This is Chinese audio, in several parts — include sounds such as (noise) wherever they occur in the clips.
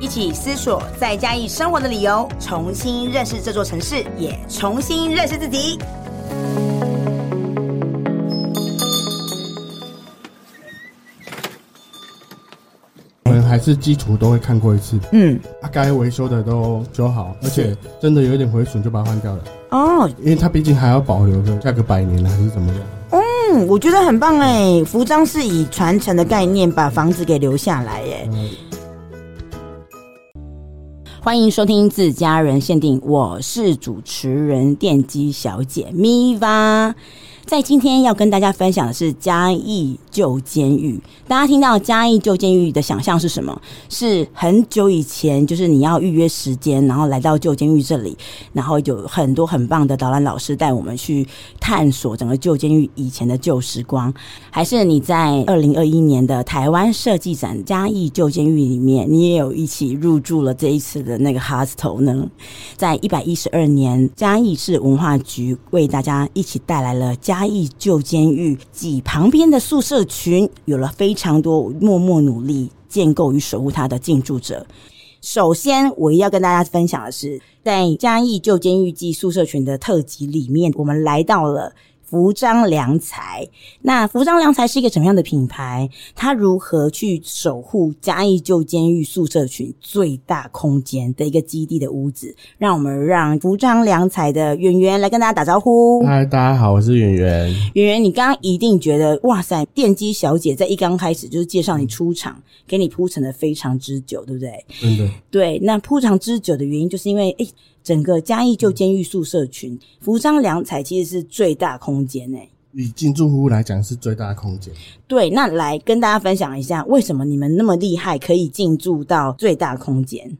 一起思索在嘉义生活的理由，重新认识这座城市，也重新认识自己。我们还是基础都会看过一次，嗯，啊，该维修的都修好，而且真的有一点毁损就把它换掉了，哦，因为它毕竟还要保留个价格百年了啊还是怎么样。嗯，我觉得很棒哎，服装是以传承的概念把房子给留下来哎。嗯欢迎收听自家人限定，我是主持人电机小姐咪va。在今天要跟大家分享的是嘉义旧监狱。大家听到嘉义旧监狱的想象是什么？是很久以前，就是你要预约时间，然后来到旧监狱这里，然后有很多很棒的导览老师带我们去探索整个旧监狱以前的旧时光。还是你在二零二一年的台湾设计展嘉义旧监狱里面，你也有一起入住了这一次的那个 hostel 呢？在一百一十二年，嘉义市文化局为大家一起带来了嘉义旧监狱及旁边的宿舍群，有了非常多默默努力建构与守护它的进驻者。首先，我要跟大家分享的是，在嘉义旧监狱暨宿舍群的特辑里面，我们来到了服装良材。那服装良材是一个什么样的品牌？它如何去守护嘉义旧监狱宿舍群最大空间的一个基地的屋子？让我们让服装良材的圆圆来跟大家打招呼。嗨，大家好，我是圆圆。圆圆，你刚刚一定觉得哇塞，电机小姐在一刚开始就是介绍你出场，给你铺陈的非常之久，对不对？真的，对，那铺长之久的原因，就是因为诶、整个嘉义旧监狱宿舍群，服装良材其实是最大空间诶、以进驻户来讲是最大的空间。对，那来跟大家分享一下，为什么你们那么厉害，可以进驻到最大空间？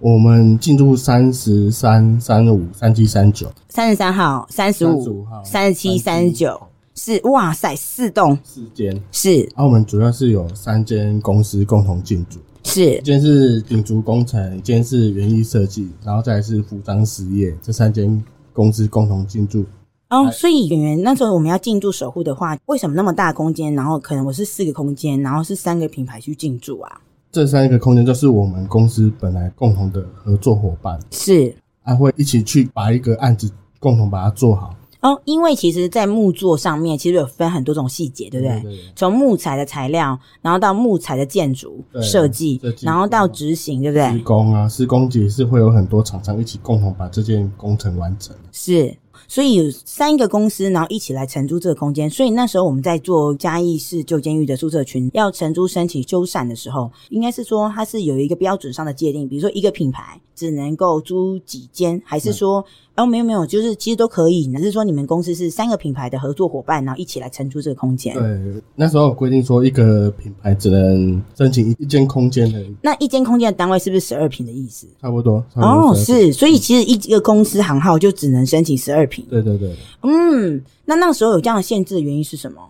我们进驻三十三、三五、三七、三九，三十三号、三十35五号、三十七、三十九，是哇塞，四栋四间。是啊，我们主要是有三间公司共同进驻，是一间是顶足工程，一间是园艺设计，然后再来是服装实业，这三间公司共同进驻。哦，所以演员那时候我们要进驻守护的话，为什么那么大空间？然后可能我是四个空间，然后是三个品牌去进驻啊？这三个空间就是我们公司本来共同的合作伙伴，是还会一起去把一个案子共同把它做好。哦，因为其实，在木作上面其实有分很多种细节，对不对？嗯对对从木材的材料，然后到木材的建筑对设计设，计嗯然后到执行，对不施对？工啊，施工也是会有很多厂商一起共同把这件工程完成。是，所以有三个公司，然后一起来承租这个空间。所以那时候我们在做嘉义市旧监狱的宿舍群要承租申请修缮的时候，应该是说它是有一个标准上的界定，比如说一个品牌只能够租几间，还嗯是说、哦没有没有，就是其实都可以，只是说你们公司是三个品牌的合作伙伴，然后一起来承租这个空间。对，那时候有规定说，一个品牌只能申请一一间空间的，那一间空间的单位是不是十二平的意思？差不多。差不多哦， 12是，所以其实一个公司行号就只能申请十二平。对对对，嗯，那那时候有这样的限制的原因是什么？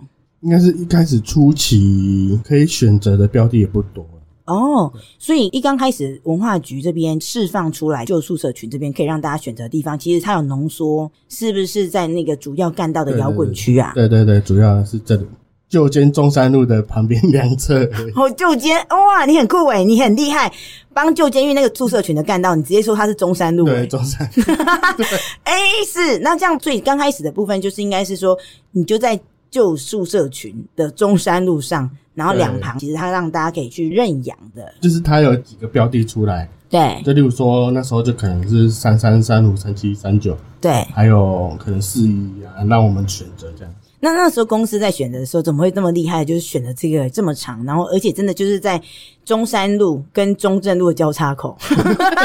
应该是一开始初期可以选择的标的也不多。哦，所以一刚开始文化局这边释放出来，就宿舍群这边可以让大家选择的地方，其实它有浓缩，是不是在那个主要干道的摇滚区啊？对对对，主要是这里，旧间中山路的旁边两侧而已。哦，旧监哇，你很酷诶，你很厉害，帮旧监狱那个宿舍群的干道，你直接说它是中山路欸对，诶。中山哎、是，那这样最刚开始的部分就是应该是说，你就在旧宿舍群的中山路上，然后两对旁其实它让大家可以去认养的，就是它有几个标的出来，对就例如说那时候就可能是三三三五三七三九，对。还有可能四一啊，让我们选择这样。那那时候公司在选择的时候，怎么会这么厉害？就是选了这个这么长，然后而且真的就是在中山路跟中正路的交叉 (laughs) 口，是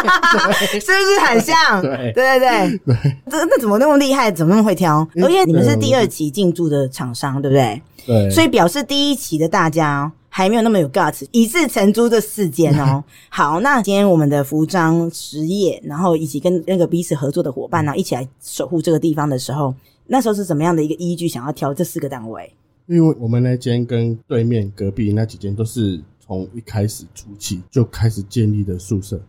不是很像？对对对对，这那怎么那么厉害？怎么那么会挑？嗯而且你们是对第二期进驻的厂商，对不对？对，所以表示第一期的大家哦还没有那么有 guts，一次承租这四间 (laughs) 哦。好，那今天我们的服装实业，然后以及跟那个彼此合作的伙伴呢、一起来守护这个地方的时候，那时候是怎么样的一个依据，想要挑这四个单位？因为我们那间跟对面隔壁那几间都是从一开始初期就开始建立的宿舍，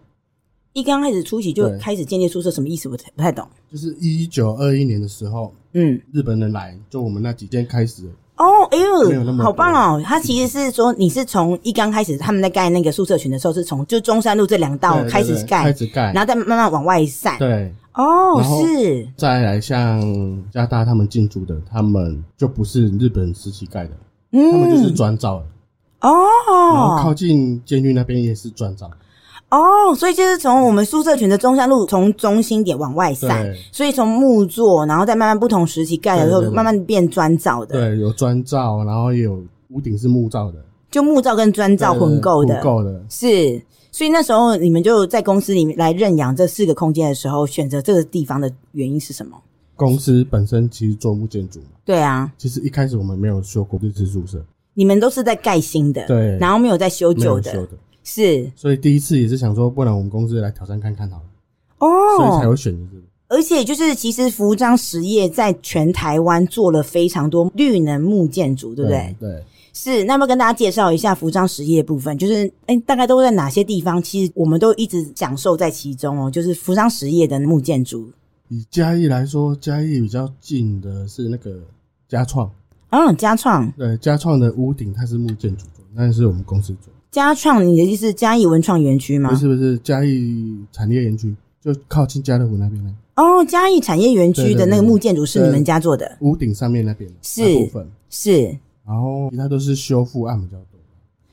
一刚开始初期就对开始建立宿舍，什么意思？我不太懂。就是一九二一年的时候，嗯，日本人来，就我们那几间开始，哦，哎没有那呦，么好棒哦！他其实是说，你是从一刚开始他们在盖那个宿舍群的时候，是从就中山路这两道对对哦开始对盖开，始盖，然后再慢慢往外散。对。哦，然后是再来像加拿大他们进驻的，他们就不是日本时期盖的，他嗯们就是转造的，然后哦靠近监狱那边也是转造，哦，所以就是从我们宿舍群的中山路从中心点往外散对，所以从木座，然后再慢慢不同时期盖的时候，对对对慢慢变砖造的，对，有砖造，然后也有屋顶是木造的，就木造跟砖造对混购的，混构的，是。所以那时候你们就在公司里面来认养这四个空间的时候，选择这个地方的原因是什么？公司本身其实做木建筑嘛，对啊，其实一开始我们没有修过日式宿舍，你们都是在盖新的，对然后没有在修没旧有的，修的，是所以第一次也是想说，不然我们公司来挑战看看好了，所以才哦。会选择这个。而且就是，其实服装实业在全台湾做了非常多绿能木建筑，对不对？对，是，那么跟大家介绍一下服装实业部分，就是哎、大概都在哪些地方？其实我们都一直享受在其中哦，就是服装实业的木建筑。以嘉义来说，嘉义比较近的是那个嘉创，嗯，家创，对，嘉创的屋顶它是木建筑做，那是我们公司做，家创，你的意思是嘉义文创园区吗不？是不是嘉义产业园区，就靠近嘉乐湖那边呢，哦，嘉义产业园区的那个木建筑是你们家做的，屋顶上面那边的是那部分，啊是然后其他都是修复案比较多，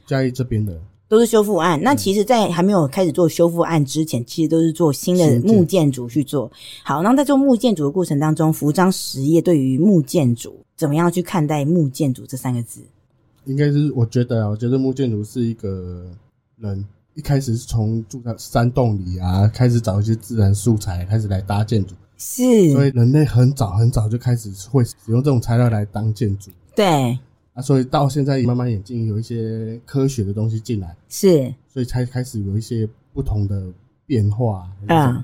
嘉义这边的都是修复案。嗯那其实，在还没有开始做修复案之前，其实都是做新的新建木建筑去做。好，那在做木建筑的过程当中，服装实业对于木建筑怎么样去看待木建筑这三个字？应该是我觉得啊，我觉得木建筑是一个人一开始是从住在山洞里啊，开始找一些自然素材，开始来搭建筑，所是以人类很早很早就开始会使用这种材料来当建筑对，啊，所以到现在慢慢演进有一些科学的东西进来，是所以才开始有一些不同的变化。嗯，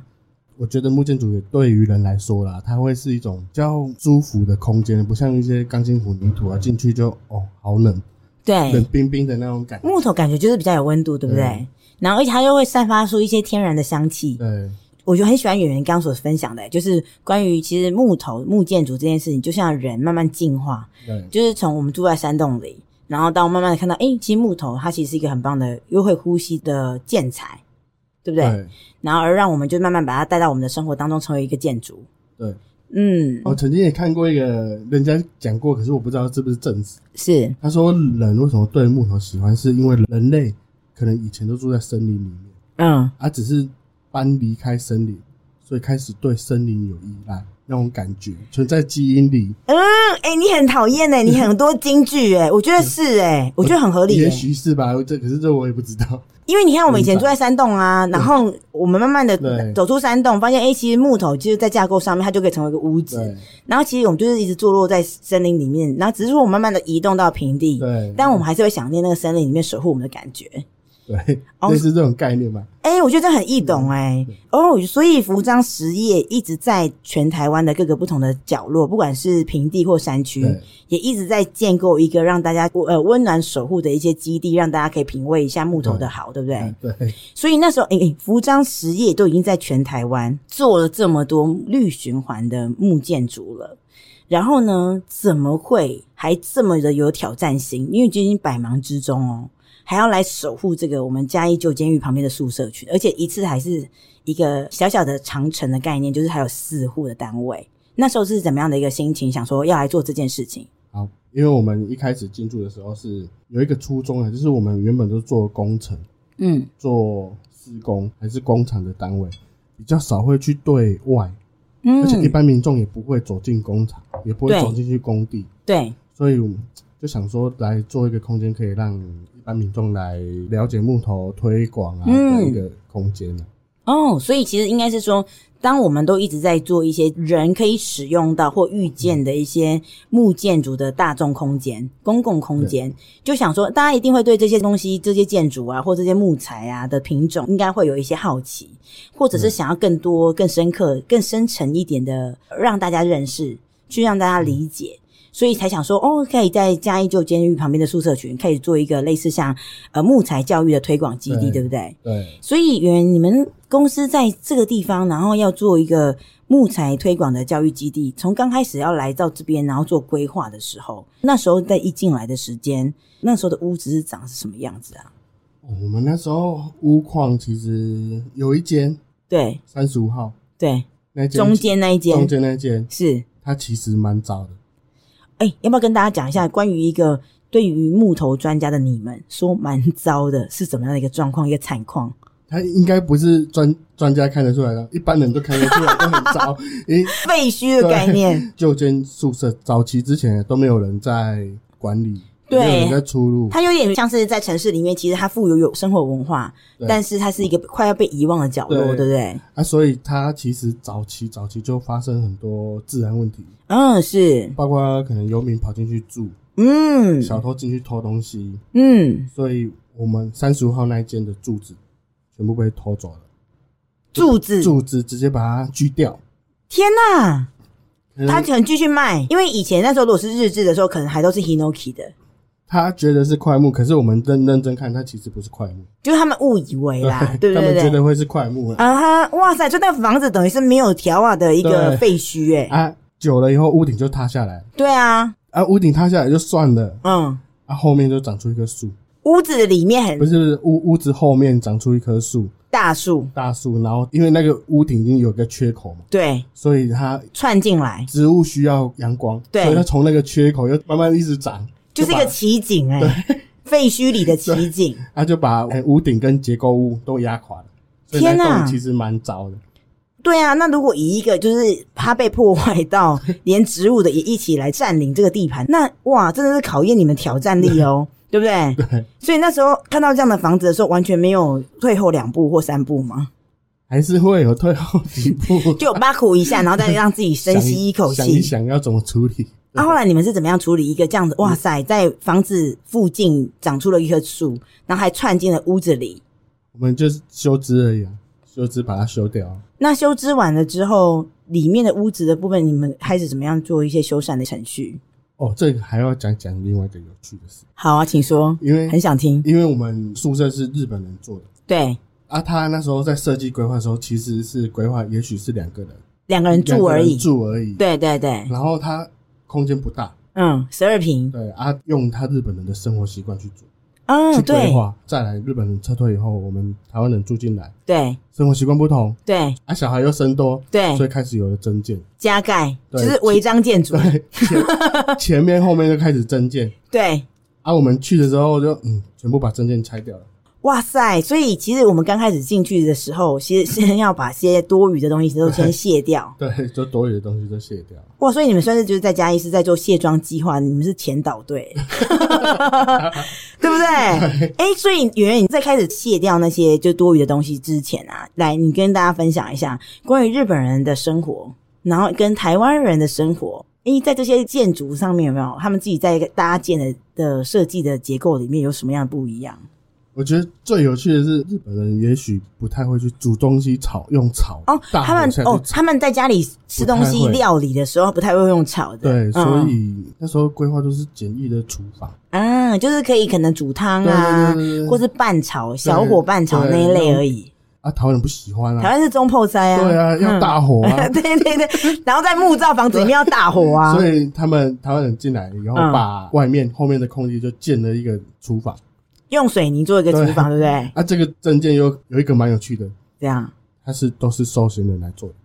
我觉得木建筑也对于人来说啦，它会是一种比较舒服的空间，不像一些钢筋混凝土啊，进去就哦好冷，冷对，冰冰的那种感觉。木头感觉就是比较有温度，对不对？嗯然后而且它又会散发出一些天然的香气。对，我就很喜欢演员刚刚所分享的，就是关于其实木头木建筑这件事情，就像人慢慢进化，对，就是从我们住在山洞里，然后到慢慢的看到，诶，其实木头它其实是一个很棒的又会呼吸的建材，对不对？对，然后而让我们就慢慢把它带到我们的生活当中，成为一个建筑。对。哦嗯，我曾经也看过一个人家讲过，可是我不知道是不是正史。是他说人为什么对木头喜欢，是因为人类可能以前都住在森林里面，嗯，啊，只是搬离开森林，所以开始对森林有依赖，那种感觉存在基因里。哎、你很讨厌哎，你很多金句哎，我觉得是哎，我觉得很合理、也耶许是吧，这可是这我也不知道。因为你看，我们以前住在山洞啊，然后我们慢慢的对走出山洞，发现哎、诶其实木头就是在架构上面，它就可以成为一个屋子。对然后其实我们就是一直坐落在森林里面，然后只是说我们慢慢的移动到平地，对但我们还是会想念那个森林里面守护我们的感觉。对，哦 (laughs) 类似这种概念吧。哎、我觉得这很易懂哎、嗯哦，所以服装实业一直在全台湾的各个不同的角落，不管是平地或山区对，也一直在建构一个让大家呃温暖守护的一些基地，让大家可以品味一下木头的好，对不对？嗯对所以那时候，哎、哎，服装实业都已经在全台湾做了这么多绿循环的木建筑了。然后呢，怎么会还这么的有挑战性？因为就已经百忙之中哦，还要来守护这个我们嘉义旧监狱旁边的宿舍群，而且一次还是一个小小的长城的概念，就是还有四户的单位。那时候是怎么样的一个心情？想说要来做这件事情？好，因为我们一开始进驻的时候是有一个初衷啊的，就是我们原本都做工程，嗯，做施工还是工厂的单位，比较少会去对外，嗯而且一般民众也不会走进工厂，也不会对走进去工地，对，所以我们就想说来做一个空间，可以让一般民众来了解木头推广啊嗯的一个空间、啊哦，所以其实应该是说，当我们都一直在做一些人可以使用到或预见的一些木建筑的大众空间、公共空间，就想说，大家一定会对这些东西、这些建筑啊，或这些木材啊的品种，应该会有一些好奇，或者是想要更多、更深刻、更深沉一点的，让大家认识，去让大家理解。所以才想说，哦，可以在嘉义旧监狱旁边的宿舍群，可以做一个类似像呃木材教育的推广基地，对对不对？对，所以，原你们公司在这个地方，然后要做一个木材推广的教育基地，从刚开始要来到这边，然后做规划的时候，那时候在一进来的时间，那时候的屋子是长是什么样子啊？哦我们那时候屋况其实有一间对三十五号对，那间中间那一中间间那间，是，它其实蛮早的。哎、要不要跟大家讲一下关于一个对于木头专家的你们说蛮糟的是怎么样的一个状况，一个惨况？它应该不是专专家看得出来的，一般人都看得出来都很 (laughs) 糟。诶， (laughs) 废墟的概念，旧间宿舍早期之前都没有人在管理，对没有人在出入，它有点像是在城市里面，其实它富有有生活文化，对但是它是一个快要被遗忘的角落，对对不对？啊，所以它其实早期早期就发生很多治安问题，嗯，是，包括可能游民跑进去住，嗯小偷进去偷东西，嗯，所以我们三十五号那一间的柱子全部被偷走了，柱子，柱子直接把它锯掉。呃天呐，可能他可能继续卖，因为以前那时候如果是日制的时候，可能还都是 Hinoki 的，他觉得是快木，可是我们认认真看，它其实不是快木，就是他们误以为 (laughs) 啦，对他不们觉对？得会是快木啊。啊哈，哇塞！就那房子等于是没有条瓦的一个对废墟、欸，哎，啊，久了以后屋顶就塌下来，对啊，啊，屋顶塌下来就算了，嗯，啊，后面就长出一棵树，屋子里面不很是不是屋屋子后面长出一棵树，大树，大树，然后因为那个屋顶已经有一个缺口嘛，对，所以它串进来，植物需要阳光，对所以它从那个缺口又慢慢一直长，就是一把个奇景、哎，废墟里的奇景，它就把呃屋顶跟结构物都压垮了。所以天哪那栋其实蛮糟的，对啊，那如果以一个就是它被破坏 (laughs) 到连植物的也一起来占领这个地盘，那哇，真的是考验你们挑战力哦，对不对？对，所以那时候看到这样的房子的时候，完全没有退后两步或三步嘛，还是会有退后几步， (laughs) 就有巴苦一下，然后再让自己深吸一口想一气。想嗯要怎么处理。那、后来你们是怎么样处理一个这样子？哇塞，在房子附近长出了一棵树，然后还窜进了屋子里。我们就是修枝而已啊，修枝把它修掉啊。那修枝完了之后，里面的屋子的部分，你们开始怎么样做一些修缮的程序？哦，这个还要讲讲另外一个有趣的事，好啊，请说，因很为想听。因为我们宿舍是日本人做的对，啊，他那时候在设计规划的时候，其实是规划也许是两个人两个人住而两个人已。住而已。对对对，然后他空间不大，嗯，十二平，对啊，用他日本人的生活习惯去做嗯，去规对划。再来，日本人撤退以后，我们台湾人住进来，对生活习惯不同对啊，小孩又生多，所对，以开始有了增建。 (laughs) 加盖就对是违章建筑，对，前前面后面就开始增建。 (laughs) 对，啊，我们去的时候就嗯，全部把证件拆掉了。哇塞！所以其实我们刚开始进去的时候，其实先要把些多余的东西都先卸掉。对，就多余的东西都卸掉了。哇，所以你们算是就是在嘉义是在做卸妆计划，你们是前导队， (laughs) 对不对？哎、所以圆圆你在开始卸掉那些就多余的东西之前啊，来，你跟大家分享一下关于日本人的生活，然后跟台湾人的生活。哎，在这些建筑上面有没有他们自己在搭建的的设计的结构里面有什么样的不一样？我觉得最有趣的是，日本人也许不太会去煮东西炒，用炒哦，大他火们下去哦，他们在家里吃东不西太会料理的时候不太会用炒的，对，嗯所以那时候规划都是简易的厨房，啊，就是可以可能煮汤对啊对对对，对或是拌炒小火拌炒那一类而已。啊，台湾人不喜欢台啊，湾是中破塞啊，对啊，要大火啊，嗯 (laughs) 对对对，然后在木造房子里面要大火啊， (laughs) 所以他们台湾人进来以后，嗯把外面后面的空地就建了一个厨房。用水泥做一个厨房，对不对？啊，这个证件有有一个蛮有趣的，这样。它是都是受刑人来做的，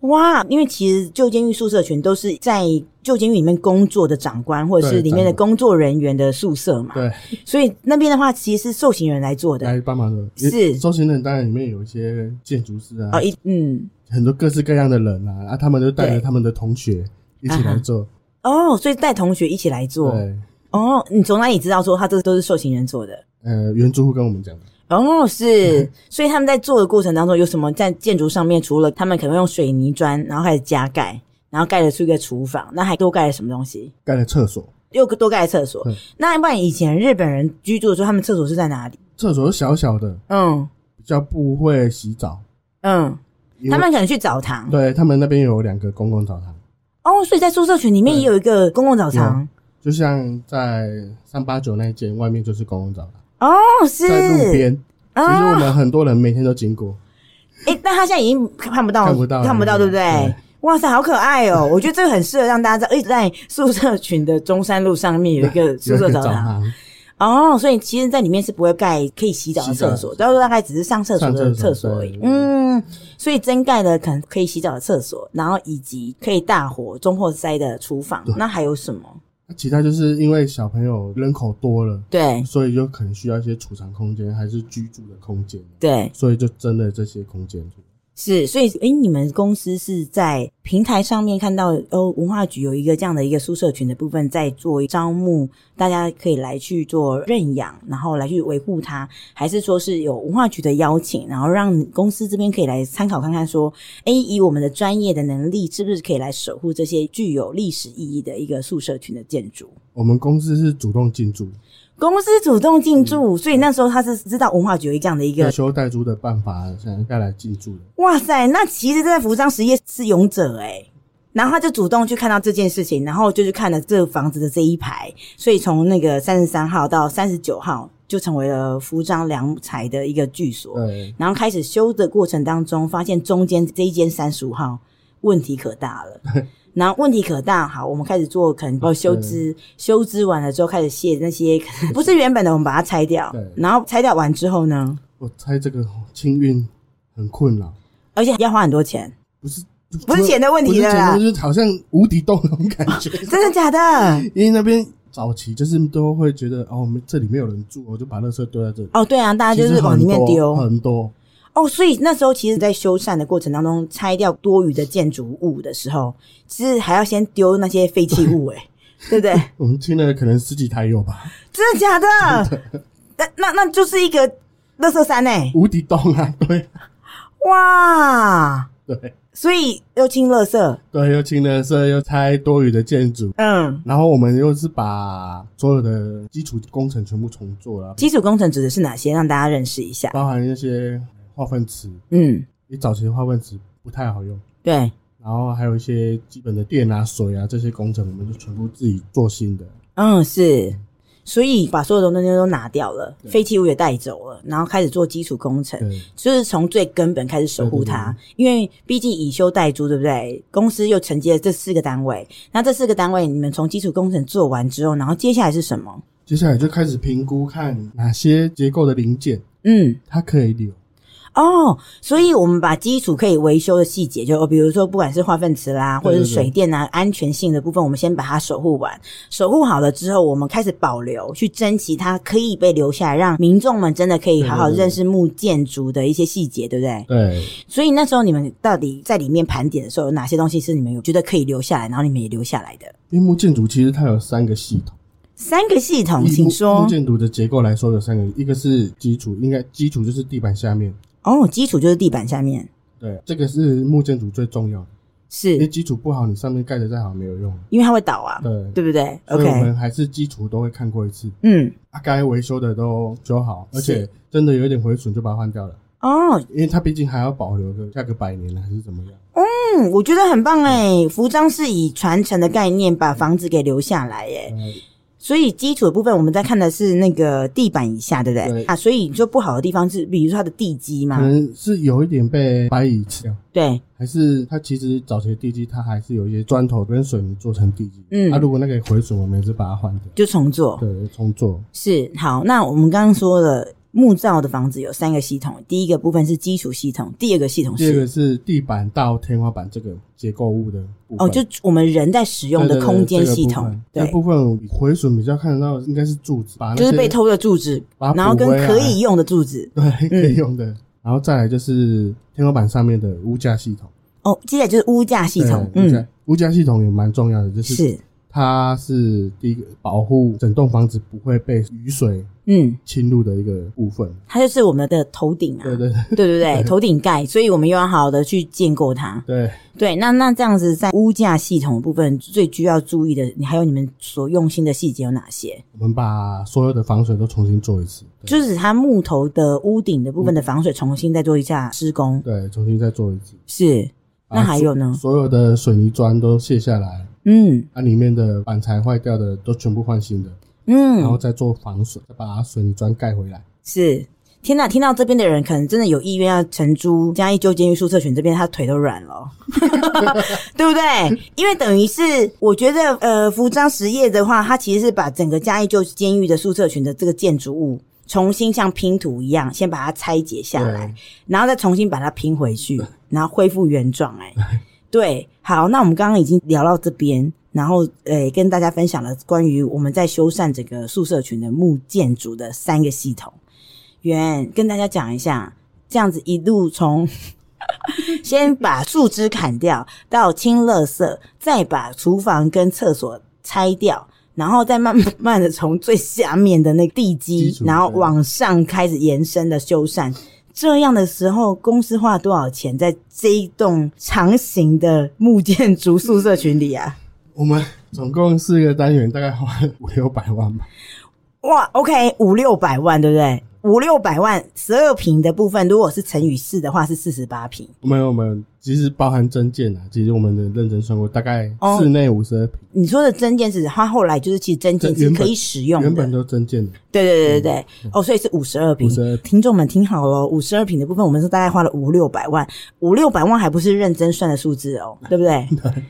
哇，因为其实旧监狱宿舍群都是在旧监狱里面工作的长官或者是对里面的长官工作人员的宿舍嘛，对，所以那边的话其实是受刑人来做的来帮忙的。是也受刑人当然里面有一些建筑师啊哦，，一嗯，很多各式各样的人啊，啊，他们都带对着他们的同学一起来做，哦，所以带同学一起来做。对，哦，你从哪里知道说他这个都是受刑人做的？呃，原住户跟我们讲的，哦，是，所以他们在做的过程当中，有什么在建筑上面，除了他们可能会用水泥砖，然后开始加盖，然后盖了出一个厨房，那还多盖了什么东西？盖了厕所，又多盖了厕所对。那不然以前日本人居住的时候，他们厕所是在哪里？厕所是小小的，嗯比较不会洗澡。嗯，因为他们可能去澡堂。对他们那边有两个公共澡堂，哦，所以在宿舍群里面也有一个公共澡堂。就像在三八九那一间外面就是公共澡堂，哦，是。在路边。其实我啊，们很多人每天都经过，哎、那他现在已经看不到，看不到看不到，对不对？对哇塞，好可爱哦！我觉得这个很适合让大家在，而且在宿舍群的中山路上面有一个宿有一舍个澡澡堂。堂啊哦，所以其实，在里面是不会盖可以洗澡的洗澡厕的所，到时候大概只是上厕所上的厕厕所所而已对。嗯，所以真盖的可能可以洗澡的厕所，然后以及可以大火中火塞的厨房，那还有什么？那其他就是因为小朋友人口多了，对所以就可能需要一些储藏空间，还是居住的空间，对，所以就真的这些空间。是，所以诶，你们公司是在平台上面看到哦，文化局有一个这样的一个宿舍群的部分在做招募，大家可以来去做认养，然后来去维护它，还是说是有文化局的邀请，然后让公司这边可以来参考看看说，诶，以我们的专业的能力，是不是可以来守护这些具有历史意义的一个宿舍群的建筑？我们公司是主动进驻，公司主动进驻，所以那时候他是知道文化局有这样的一代个，修代租的办法想要带来进驻的。哇塞，那其实这在服装实业是勇者哎、然后他就主动去看到这件事情，然后就去看了这房子的这一排，所以从那个三十三号到三十九号就成为了服装良材的一个居所。对，然后开始修的过程当中，发现中间这一间三十五号问题可大了。然后问题可大，好，我们开始做可能哦修枝，修枝完了之后开始卸那些不是原本的，我们把它拆掉对，然后拆掉完之后呢，我猜这个清运很困扰，而且要花很多钱，不是不是钱的问题不是了钱啦的就是好像无底洞那种感觉， (laughs) 真的假的？因为那边早期就是都会觉得哦，我们这里没有人住，我就把垃圾丢在这里。哦，对啊，大家就其是实往里面很多嗯丢。很多，哦，所以那时候其实，在修缮的过程当中，拆掉多余的建筑物的时候，其实还要先丢那些废弃 (laughs) 物、欸，哎，对不对？我们清了可能十几台有吧，真的假 (laughs) 的？那那那就是一个垃圾山哎、无底洞啊，对哇！对所以又清垃圾，对，又清了色，又拆多余的建筑，嗯，然后我们又是把所有的基础工程全部重做了，基础工程指的是哪些？让大家认识一下。包含那些化粪池，嗯，你早期的化粪池不太好用，对，然后还有一些基本的电啊、水啊这些工程，我们就全部自己做新的。嗯，是。所以把所有的东西都拿掉了，废弃物也带走了，然后开始做基础工程。对，就是从最根本开始守护嗯它，因为毕竟以修代租，对不对？公司又承接了这四个单位，那这四个单位你们从基础工程做完之后，然后接下来是什么？接下来就开始评估看哪些结构的零件嗯，它可以留，哦，所以我们把基础可以维修的细节，就比如说不管是化粪池啦，或对者是对对水电啊、安全性的部分，我们先把它守护完。守护好了之后，我们开始保留，去珍惜它可以被留下来，让民众们真的可以好好对对对认识木建筑的一些细节，对不对？对，所以那时候你们到底在里面盘点的时候，有哪些东西是你们有觉得可以留下来，然后你们也留下来的？因为木建筑其实它有三个系统。三个系统，以请木说木。建筑的结构来说有三个，一个是基础，应该基础就是地板下面。哦，基础就是地板下面对，这个是木建筑最重要的，因为是，基础不好，你上面盖的再好没有用。因为它会倒啊，对，对不对所以我？OK，们还是基础都会看过一次，嗯，啊，该维修的都修好，而是且真的有一点毁损就把它换掉了，哦，因为它毕竟还要保留个下个百年还是怎么样。嗯，我觉得很棒哎，服装是以传承的概念把房子给留下来哎，呃，所以基础的部分我们在看的是那个地板以下，对不对？对啊，所以你说不好的地方是，比如说它的地基可嘛，能是有一点被白蚁吃掉。对，还是它其实早期的地基，它还是有一些砖头跟水泥做成地基。嗯啊，如果那个毁损，我们也是把它换掉，就重做，对，重哦做。是好，那我们刚刚说了，木造的房子有三个系统，第一个部分是基础系统，第二个系统第二是个是地板到天花板这个结构物的部分哦，就我们人在使用的空间系统，对对对这个部分这部分毁损比较看得到，应该是柱子，把那就是些被偷的柱子，把它然后补跟回来啊可以用的柱子。 (laughs) 对可以用的，然后再来就是天花板上面的屋架系统。哦，接下来就是屋架系统，对屋嗯，架屋架系统也蛮重要的，就是是它是第一个保护整栋房子不会被雨水嗯，侵入的一个部分。它就是我们的头顶啊，对对对对对 (laughs) 对，头顶盖，所以我们又要好好的去建构它。对，对，那那这样子在屋架系统部分最需要注意的，你还有你们所用心的细节有哪些？我们把所有的防水都重新做一次，对就是它木头的屋顶的部分的防水重新再做一下施工，对，重新再做一次。是。那把还有呢？所有的水泥砖都卸下来，嗯它、里面的板材坏掉的都全部换新的，然后嗯，再做防水，再把水泥砖盖回来。是。天呐，听到这边的人可能真的有意愿要承租嘉义旧监狱宿舍群这边，他腿都软了哦， (laughs) 对不对？因为等于是我觉得，呃，服装实业的话，它其实是把整个嘉义旧监狱的宿舍群的这个建筑物重新像拼图一样，先把它拆解下来，对，然后再重新把它拼回去，然后恢复原状、哎，对，好，那我们刚刚已经聊到这边，然后呃，跟大家分享了关于我们在修缮整个宿舍群的木建筑的三个系统。圆跟大家讲一下，这样子一路从 (laughs) 先把树枝砍掉，到清垃圾，再把厨房跟厕所拆掉。然后再慢慢的从最下面的那个地基基，础然后对往上开始延伸的修缮，这样的时候，公司花了多少钱在这一栋长形的木建筑宿舍群里 (laughs) 啊？我们总共四个单元，大概花了五六百万吧。哇，OK，五六百万，对不对？五六百万，十二平的部分，如果是乘以四的话，是四十八平。我们我们其实包含增建啊，其实我们的认真算过，大概哦室内五十二平，你说的增建是它后来就是其实增建是原本可以使用原的本，都增建的。对对对对对，哦，所以是五十二平。 52听众们听好了，五十二平的部分，我们是大概花了五六百万，五六百万还不是认真算的数字 (laughs) 哦，对不对？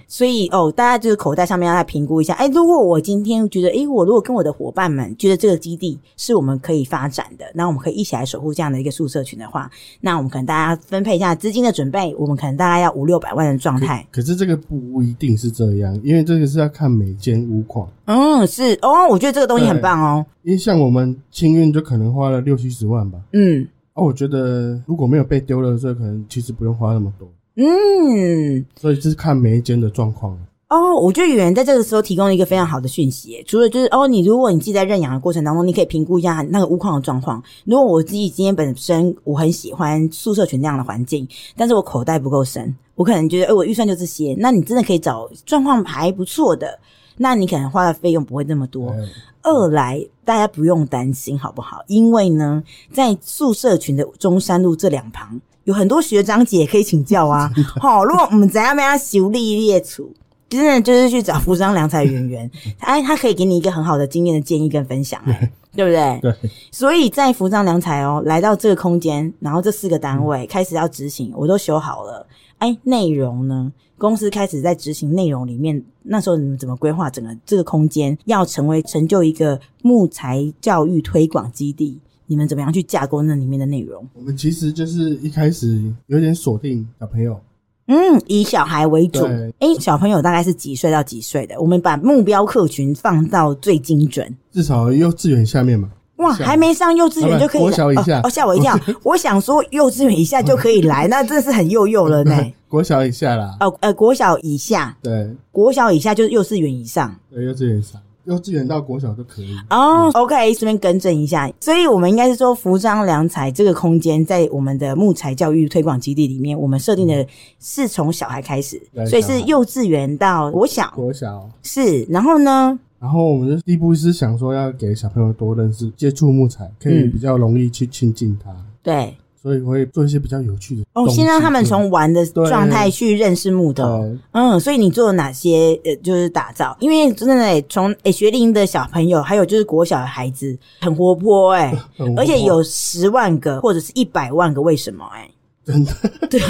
所以哦，大家就是口袋上面要来评估一下，哎，如果我今天觉得，哎，我如果跟我的伙伴们觉得这个基地是我们可以发展的，那我们可以一起来守护这样的一个宿舍群的话，那我们可能大家分配一下资金的准备，我们可能大概要五六百万的状态。可是这个不一定是这样，因为这个是要看每间屋况。嗯，是哦，我觉得这个东西很棒哦，因为像我们清运就可能花了六七十万吧，嗯。啊，我觉得如果没有被丢了，这可能其实不用花那么多，嗯，所以就是看每一间的状况了。哦，我觉得演员在这个时候提供了一个非常好的讯息耶，除了就是哦，你如果你自己在认养的过程当中，你可以评估一下那个屋况的状况。如果我自己今天本身我很喜欢宿舍群那样的环境，但是我口袋不够深，我可能觉得哎、我预算就这些，那你真的可以找状况还不错的，那你可能花的费用不会那么多。对二来，大家不用担心，好不好？因为呢，在宿舍群的中山路这两旁，有很多学长姐可以请教啊。好、如果我们怎样被他修理列除，真的就是去找服装良才圆圆，哎，他可以给你一个很好的经验的建议跟分享、哎对不对？对，所以在服装良才哦，来到这个空间，然后这四个单位开始要执行，我都修好了。哎，内容呢？公司开始在执行内容里面，那时候你们怎么规划整个这个空间，要成为成就一个木材教育推广基地？你们怎么样去架构那里面的内容？我们其实就是一开始有点锁定小朋友，嗯，以小孩为主。对哎，小朋友大概是几岁到几岁的？我们把目标客群放到最精准。至少幼稚园下面嘛，哇，小还没上幼稚园就可以来国小以下哦哦，吓我一 (laughs) 跳！我想说幼稚园以下就可以来，那真的是很幼幼了 (laughs) 呢。国小以下啦，哦，呃，国小以下，对，国小以下就是幼稚园以上。对，幼稚园上，幼稚园到国小都可以。哦、o k 顺便更正一下，所以我们应该是说，服装良材这个空间在我们的木材教育推广基地里面，我们设定的是从小孩开始，嗯对所以小孩是幼稚园到国小国小，是，然后呢，然后我们就第一步是想说要给小朋友多认识、接触木材，可以嗯比较容易去亲近它，对，所以会做一些比较有趣的哦，东西先让他们从玩的对哦状态去认识木对头，嗯，所以你做了哪些呃，就是打造？因为真的欸从诶、学龄的小朋友，还有就是国小的孩子，很活泼 (laughs) 哎、很而且有十万个或者是一百万个为什么、哎，真的 (laughs) 对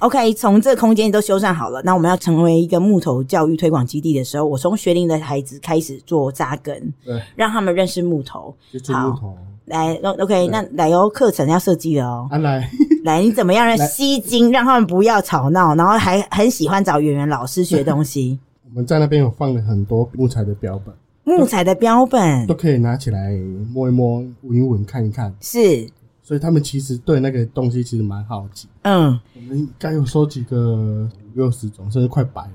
，OK，从这个空间都修缮好了，那我们要成为一个木头教育推广基地的时候，我从学龄的孩子开始做扎根，对让他们认识木头。接触木头，来哦，OK，对那来哦，课程要设计了哦。安啊来 (laughs) 来，你怎么样让来吸睛，让他们不要吵闹，然后还很喜欢找圆圆老师学东西。我们在那边有放了很多木材的标本，木材的标本都可以拿起来摸一摸、闻一闻、看一看。是，所以他们其实对那个东西其实蛮好奇。嗯，我们应该有收集个五六十种，甚至快百了。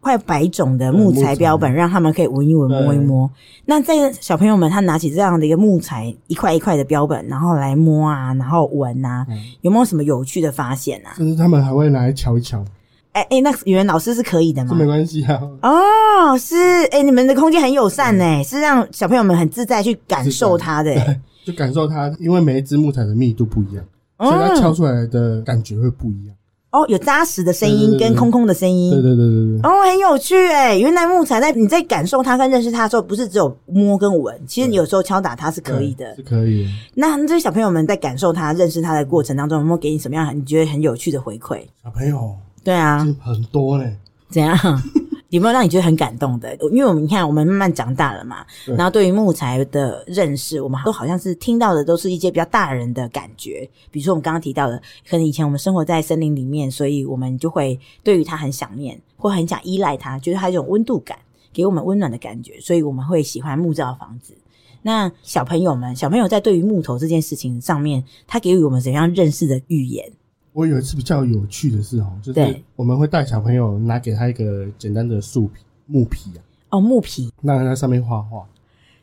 快百种的木材标嗯本，让他们可以闻一闻、摸一摸。那这个小朋友们，他拿起这样的一个木材一块一块的标本，然后来摸啊，然后闻啊，有没有什么有趣的发现啊？甚至他们还会拿来瞧一瞧，哎、哎、那语文老师是可以的这吗没？关系啊。哦，是哎、你们的空间很友善呢、嗯是让小朋友们很自在去感受它的、欸。就感受它，因为每一只木材的密度不一样，嗯所以它敲出来的感觉会不一样。哦，有扎实的声音对对对跟空空的声音。对对对对对，哦，很有趣哎！原来木材在你在感受它跟认识它的时候，不是只有摸跟闻，其实你有时候敲打它是可以的是。可以的。那这些小朋友们在感受它、认识它的过程当中，有没有给你什么样你觉得很有趣的回馈？小朋友对啊，是很多嘞，怎样？ (laughs) 有没有让你觉得很感动的？因为我们你看，我们慢慢长大了嘛，对然后对于木材的认识，我们都好像是听到的都是一些比较大人的感觉。比如说我们刚刚提到的，可能以前我们生活在森林里面，所以我们就会对于它很想念，或很想依赖它，觉得它有一种温度感，给我们温暖的感觉，所以我们会喜欢木造房子。那小朋友们，小朋友在对于木头这件事情上面，他给予我们怎样认识的语言？我有一次比较有趣的是哦，就是对我们会带小朋友拿给他一个简单的树皮木皮啊，哦，木皮，让他在上面画画，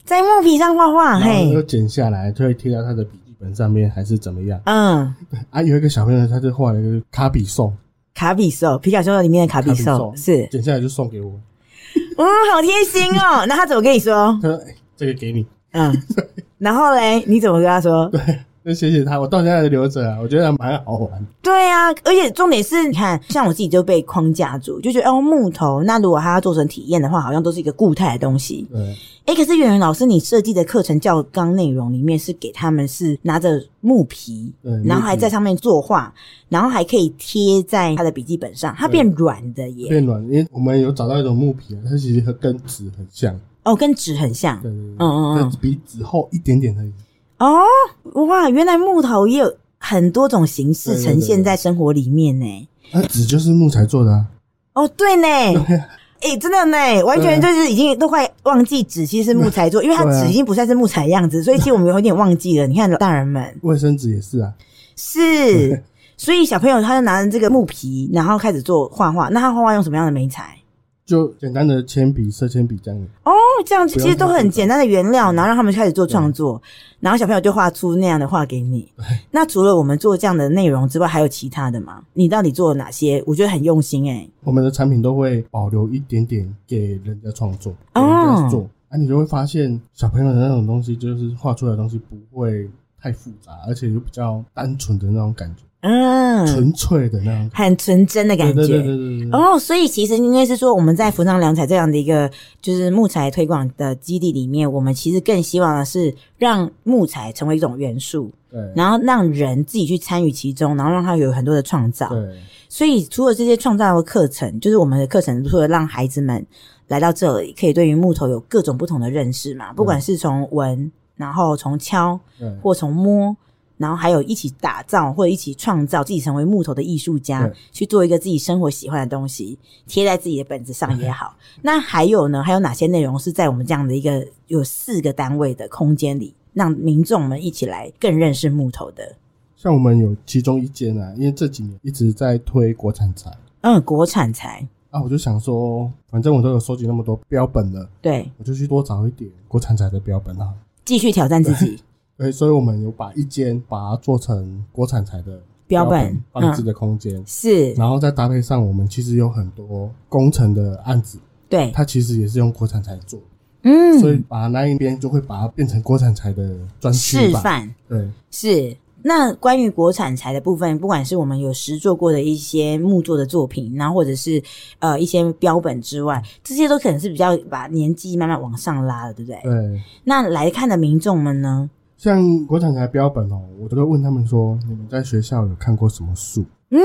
在木皮上画画，然后就啊嘿，剪下来，就会贴到他的笔记本上面，还是怎么样嗯。啊？有一个小朋友他就画了一个卡比兽，卡比兽，皮卡丘里面的卡比兽卡比兽是，剪下来就送给我，嗯，好贴心 (laughs) 哦。那他怎么跟你说？他说：“哎，这个给你。” (laughs) 嗯，然后嘞，你怎么跟他说？就谢谢他，我到现在还留着啊，我觉得还蛮好玩。对啊，而且重点是，你看，像我自己就被框架住，就觉得哦，木头，那如果它要做成体验的话，好像都是一个固态的东西。对，诶，可是圆圆老师，你设计的课程教纲内容里面是给他们是拿着木皮对，然后还木皮在上面作画，然后还可以贴在他的笔记本上，它变软的耶，变软，因为我们有找到一种木皮啊，它其实和跟纸很像，哦，跟纸很像，对对对，嗯嗯嗯但比纸厚一点点而已。哦，哇，原来木头也有很多种形式呈现在生活里面呢。那啊纸就是木材做的啊，哦，对 (laughs) 呢，哎、真的呢，完全对就是已经都快忘记 (laughs) 纸其实是木材做，因为它对啊纸已经不再是木材样子，所以其实我们有点忘记了。你看大人们卫生纸也是啊，是，所以小朋友他就拿着这个木皮，然后开始做画画。那他画画用什么样的媒材？就简单的铅笔、色铅笔这样。哦，这样其实都很简单的原料，然后让他们开始做创作，然后小朋友就画出那样的画给你。那除了我们做这样的内容之外，还有其他的吗？你到底做了哪些？我觉得很用心哎、我们的产品都会保留一点点给人家创作，给哦人家做，啊，你就会发现小朋友的那种东西，就是画出来的东西不会太复杂，而且又比较单纯的那种感觉，嗯，纯粹的那种很纯真的感感觉。觉。对对对对对对，哦，所以其实应该是说，我们在扶桑良材这样的一个就是木材推广的基地里面，我们其实更希望的是让木材成为一种元素，对然后让人自己去参与其中，然后让它有很多的创造。对，所以除了这些创造的课程，就是我们的课程，除了让孩子们来到这里，可以对于木头有各种不同的认识嘛，不管是从闻，然后从敲对或从摸。然后还有一起打造或者一起创造自己成为木头的艺术家对，去做一个自己生活喜欢的东西，贴在自己的本子上也好。那还有呢？还有哪些内容是在我们这样的一个有四个单位的空间里，让民众们一起来更认识木头的？像我们有其中一间啊，因为这几年一直在推国产材嗯，国产材，啊，我就想说，反正我都有收集那么多标本了，对，我就去多找一点国产材的标本啊。继续挑战自己。对，所以我们有把一间把它做成国产材的标本嗯放置的空间，是然后再搭配上我们其实有很多工程的案子，对，它其实也是用国产材做，嗯，所以把那一边就会把它变成国产材的专区示吧。范对，是。那关于国产材的部分，不管是我们有实做过的一些木做的作品，然后或者是呃一些标本之外，这些都可能是比较把年纪慢慢往上拉了，对不对？对。那来看的民众们呢？像国产材标本哦，我都会问他们说：你们在学校有看过什么树？嗯，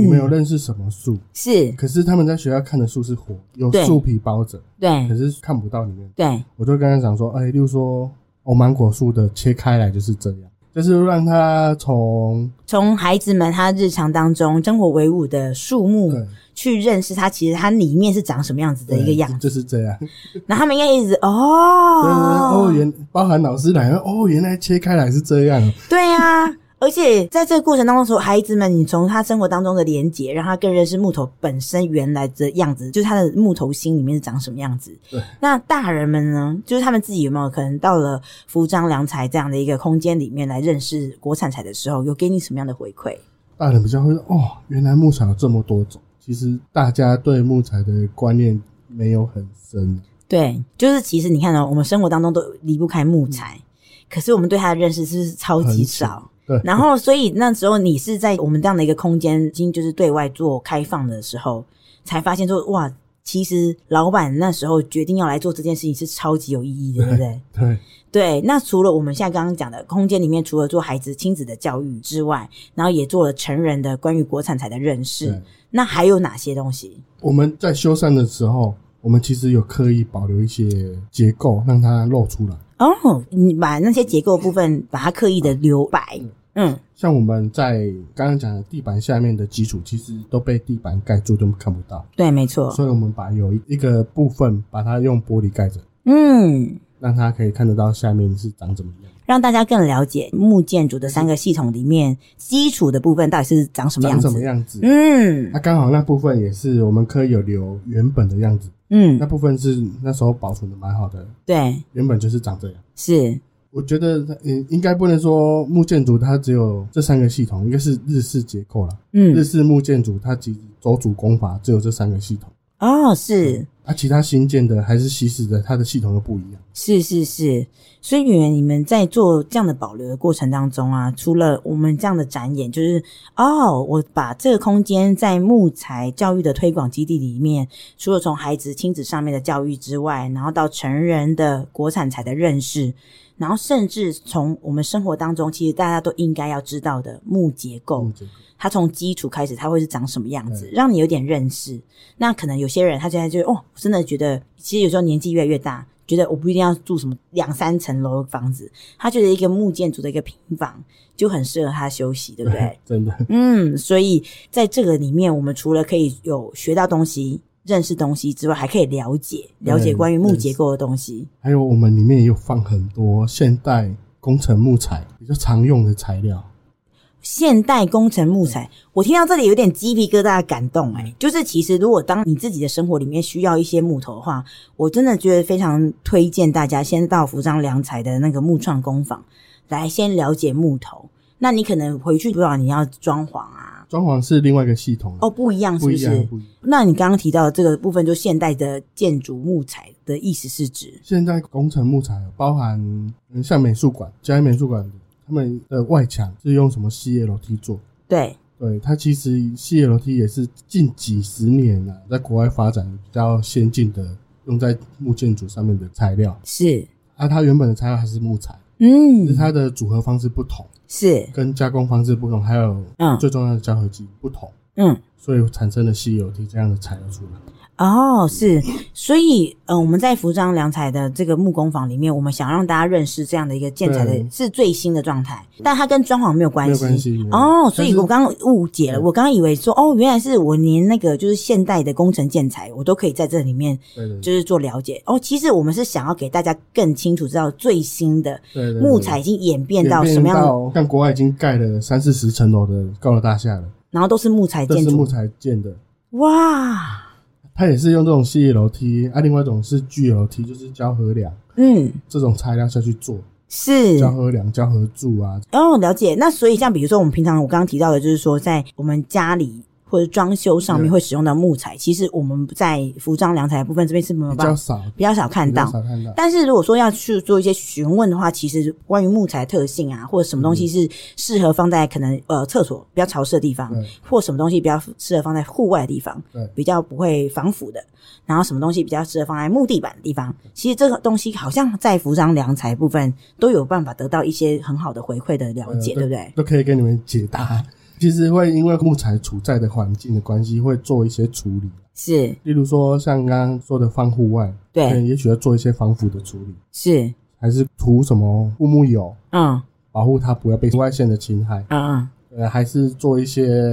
你们有认识什么树？是可是他们在学校看的树是活，有对树皮包着，可对是看不到里面。对我就跟他讲说：哎、例如说，哦，芒果树的切开来就是这样，就是让它从从孩子们他日常当中生活为伍的树木对去认识它，其实它里面是长什么样子嗯的一个对样子，就是这样。那他们应该一直对对对哦，哦，原包含老师来了，哦，原来切开来是这样，对呀、而且在这个过程当中，从孩子们，你从他生活当中的连结，让他更认识木头本身原来的样子，就是他的木头心里面是长什么样子。对。那大人们呢，就是他们自己有没有可能到了服装良材这样的一个空间里面来认识国产材的时候，有给你什么样的回馈？大人比较会说哦，原来木材有这么多种。其实大家对木材的观念没有很深，对，就是其实你看哦，我们生活当中都离不开木材，可是我们对它的认识是不是超级嗯很少。对然后，所以那时候你是在我们这样的一个空间，已经就是对外做开放的时候，才发现说哇，其实老板那时候决定要来做这件事情是超级有意义的，对不对？对，对。那除了我们现在刚刚讲的空间里面，除了做孩子亲子的教育之外，然后也做了成人的关于国产材的认识对。那还有哪些东西？我们在修缮的时候，我们其实有刻意保留一些结构，让它露出来。哦，你把那些结构部分把它刻意的留白，嗯，像我们在刚刚讲的地板下面的基础，其实都被地板盖住，都看不到。对，没错，所以我们把有一一个部分把它用玻璃盖着，嗯，让它可以看得到下面是长怎么样，让大家更了解木建筑的三个系统里面基础的部分到底是长什么样子，长什么样子。嗯那刚、好那部分也是我们科有留原本的样子，那嗯，部分是那时候保存的蛮好的，对，原本就是长这样。是，我觉得，嗯，应该不能说木建筑它只有这三个系统，应该是日式结构啦。日嗯，式木建筑它其实走主工法只有这三个系统，哦，是。啊，其他新建的还是西式的，它的系统又不一样。是是是，所以圆圆，你们在做这样的保留的过程当中啊，除了我们这样的展演，就是哦，我把这个空间在木材教育的推广基地里面，除了从孩子亲子上面的教育之外，然后到成人的国产材的认识，然后甚至从我们生活当中，其实大家都应该要知道的木结构，木结构它从基础开始，它会是长什么样嗯子，让你有点认识。那可能有些人他现在就哦，真的觉得，其实有时候年纪越来越大，觉得我不一定要住什么两三层楼的房子，他觉得一个木建筑的一个平房就很适合他休息，对不对？ (laughs) 真的，嗯，所以在这个里面，我们除了可以有学到东西、认识东西之外，还可以了解了解嗯关于木认识结构的东西。还有我们里面也有放很多现代工程木材比较常用的材料，现代工程木材，嗯我听到这里有点鸡皮疙瘩的感动哎、就是其实如果当你自己的生活里面需要一些木头的话，我真的觉得非常推荐大家先到福章良材的那个木创工坊来先了解木头。那你可能回去不知道你要装潢啊，装潢是另外一个系统啊，哦不一样是不不一是？样，不一样。那你刚刚提到的这个部分，就现代的建筑木材的意思是指，现在工程木材包含嗯像美术馆、嘉义美术馆，他们的外墙是用什么 CLT 做？对，对，它其实 CLT 也是近几十年啊，在国外发展比较先进的用在木建筑上面的材料。是，啊，它原本的材料还是木材，只是嗯，它的组合方式不同，是，跟加工方式不同，还有嗯最重要的胶合剂不同，嗯。所以产生了 CLT 这样的材料出来。哦，是，所以呃，我们在服装良材的这个木工坊里面，我们想让大家认识这样的一个建材的对是最新的状态，但它跟装潢没有关没有系。关系哦，所以但是我刚刚误解了，对我刚刚以为说哦，原来是我连那个就是现代的工程建材，我都可以在这里面对对就是做了解。哦，其实我们是想要给大家更清楚知道最新的对对对木材已经演变演到什么样的，到像国外已经盖了三四十层楼的高楼大厦了，然后都是木材这建是木筑。材建的。哇，它也是用这种 CLT，啊，另外一种是 GLT，就是胶合梁嗯，这种材料下去做，是胶合梁、胶合柱啊，哦，了解。那所以像比如说我们平常我刚刚提到的，就是说在我们家里或者装修上面对会使用到木材，其实我们在服装良材的部分这边是没有比办较法少，比较少看比较到。少看到。但是如果说要去做一些询问的话，其实关于木材特性啊，或者什么东嗯西是适合放在可能呃厕所比较潮湿的地方对，或什么东西比较适合放在户外的地方对，比较不会防腐的，然后什么东西比较适合放在木地板的地方。其实这个东西好像在服装良材部分都有办法得到一些很好的回馈的了解，呃对不对？都可以给你们解答。其实会因为木材处在的环境的关系，会做一些处理，是，例如说像刚刚说的放户外，对可能也许要做一些防腐的处理，是，还是涂什么护木油，嗯保护它不要被紫外线的侵害。嗯呃，还是做一些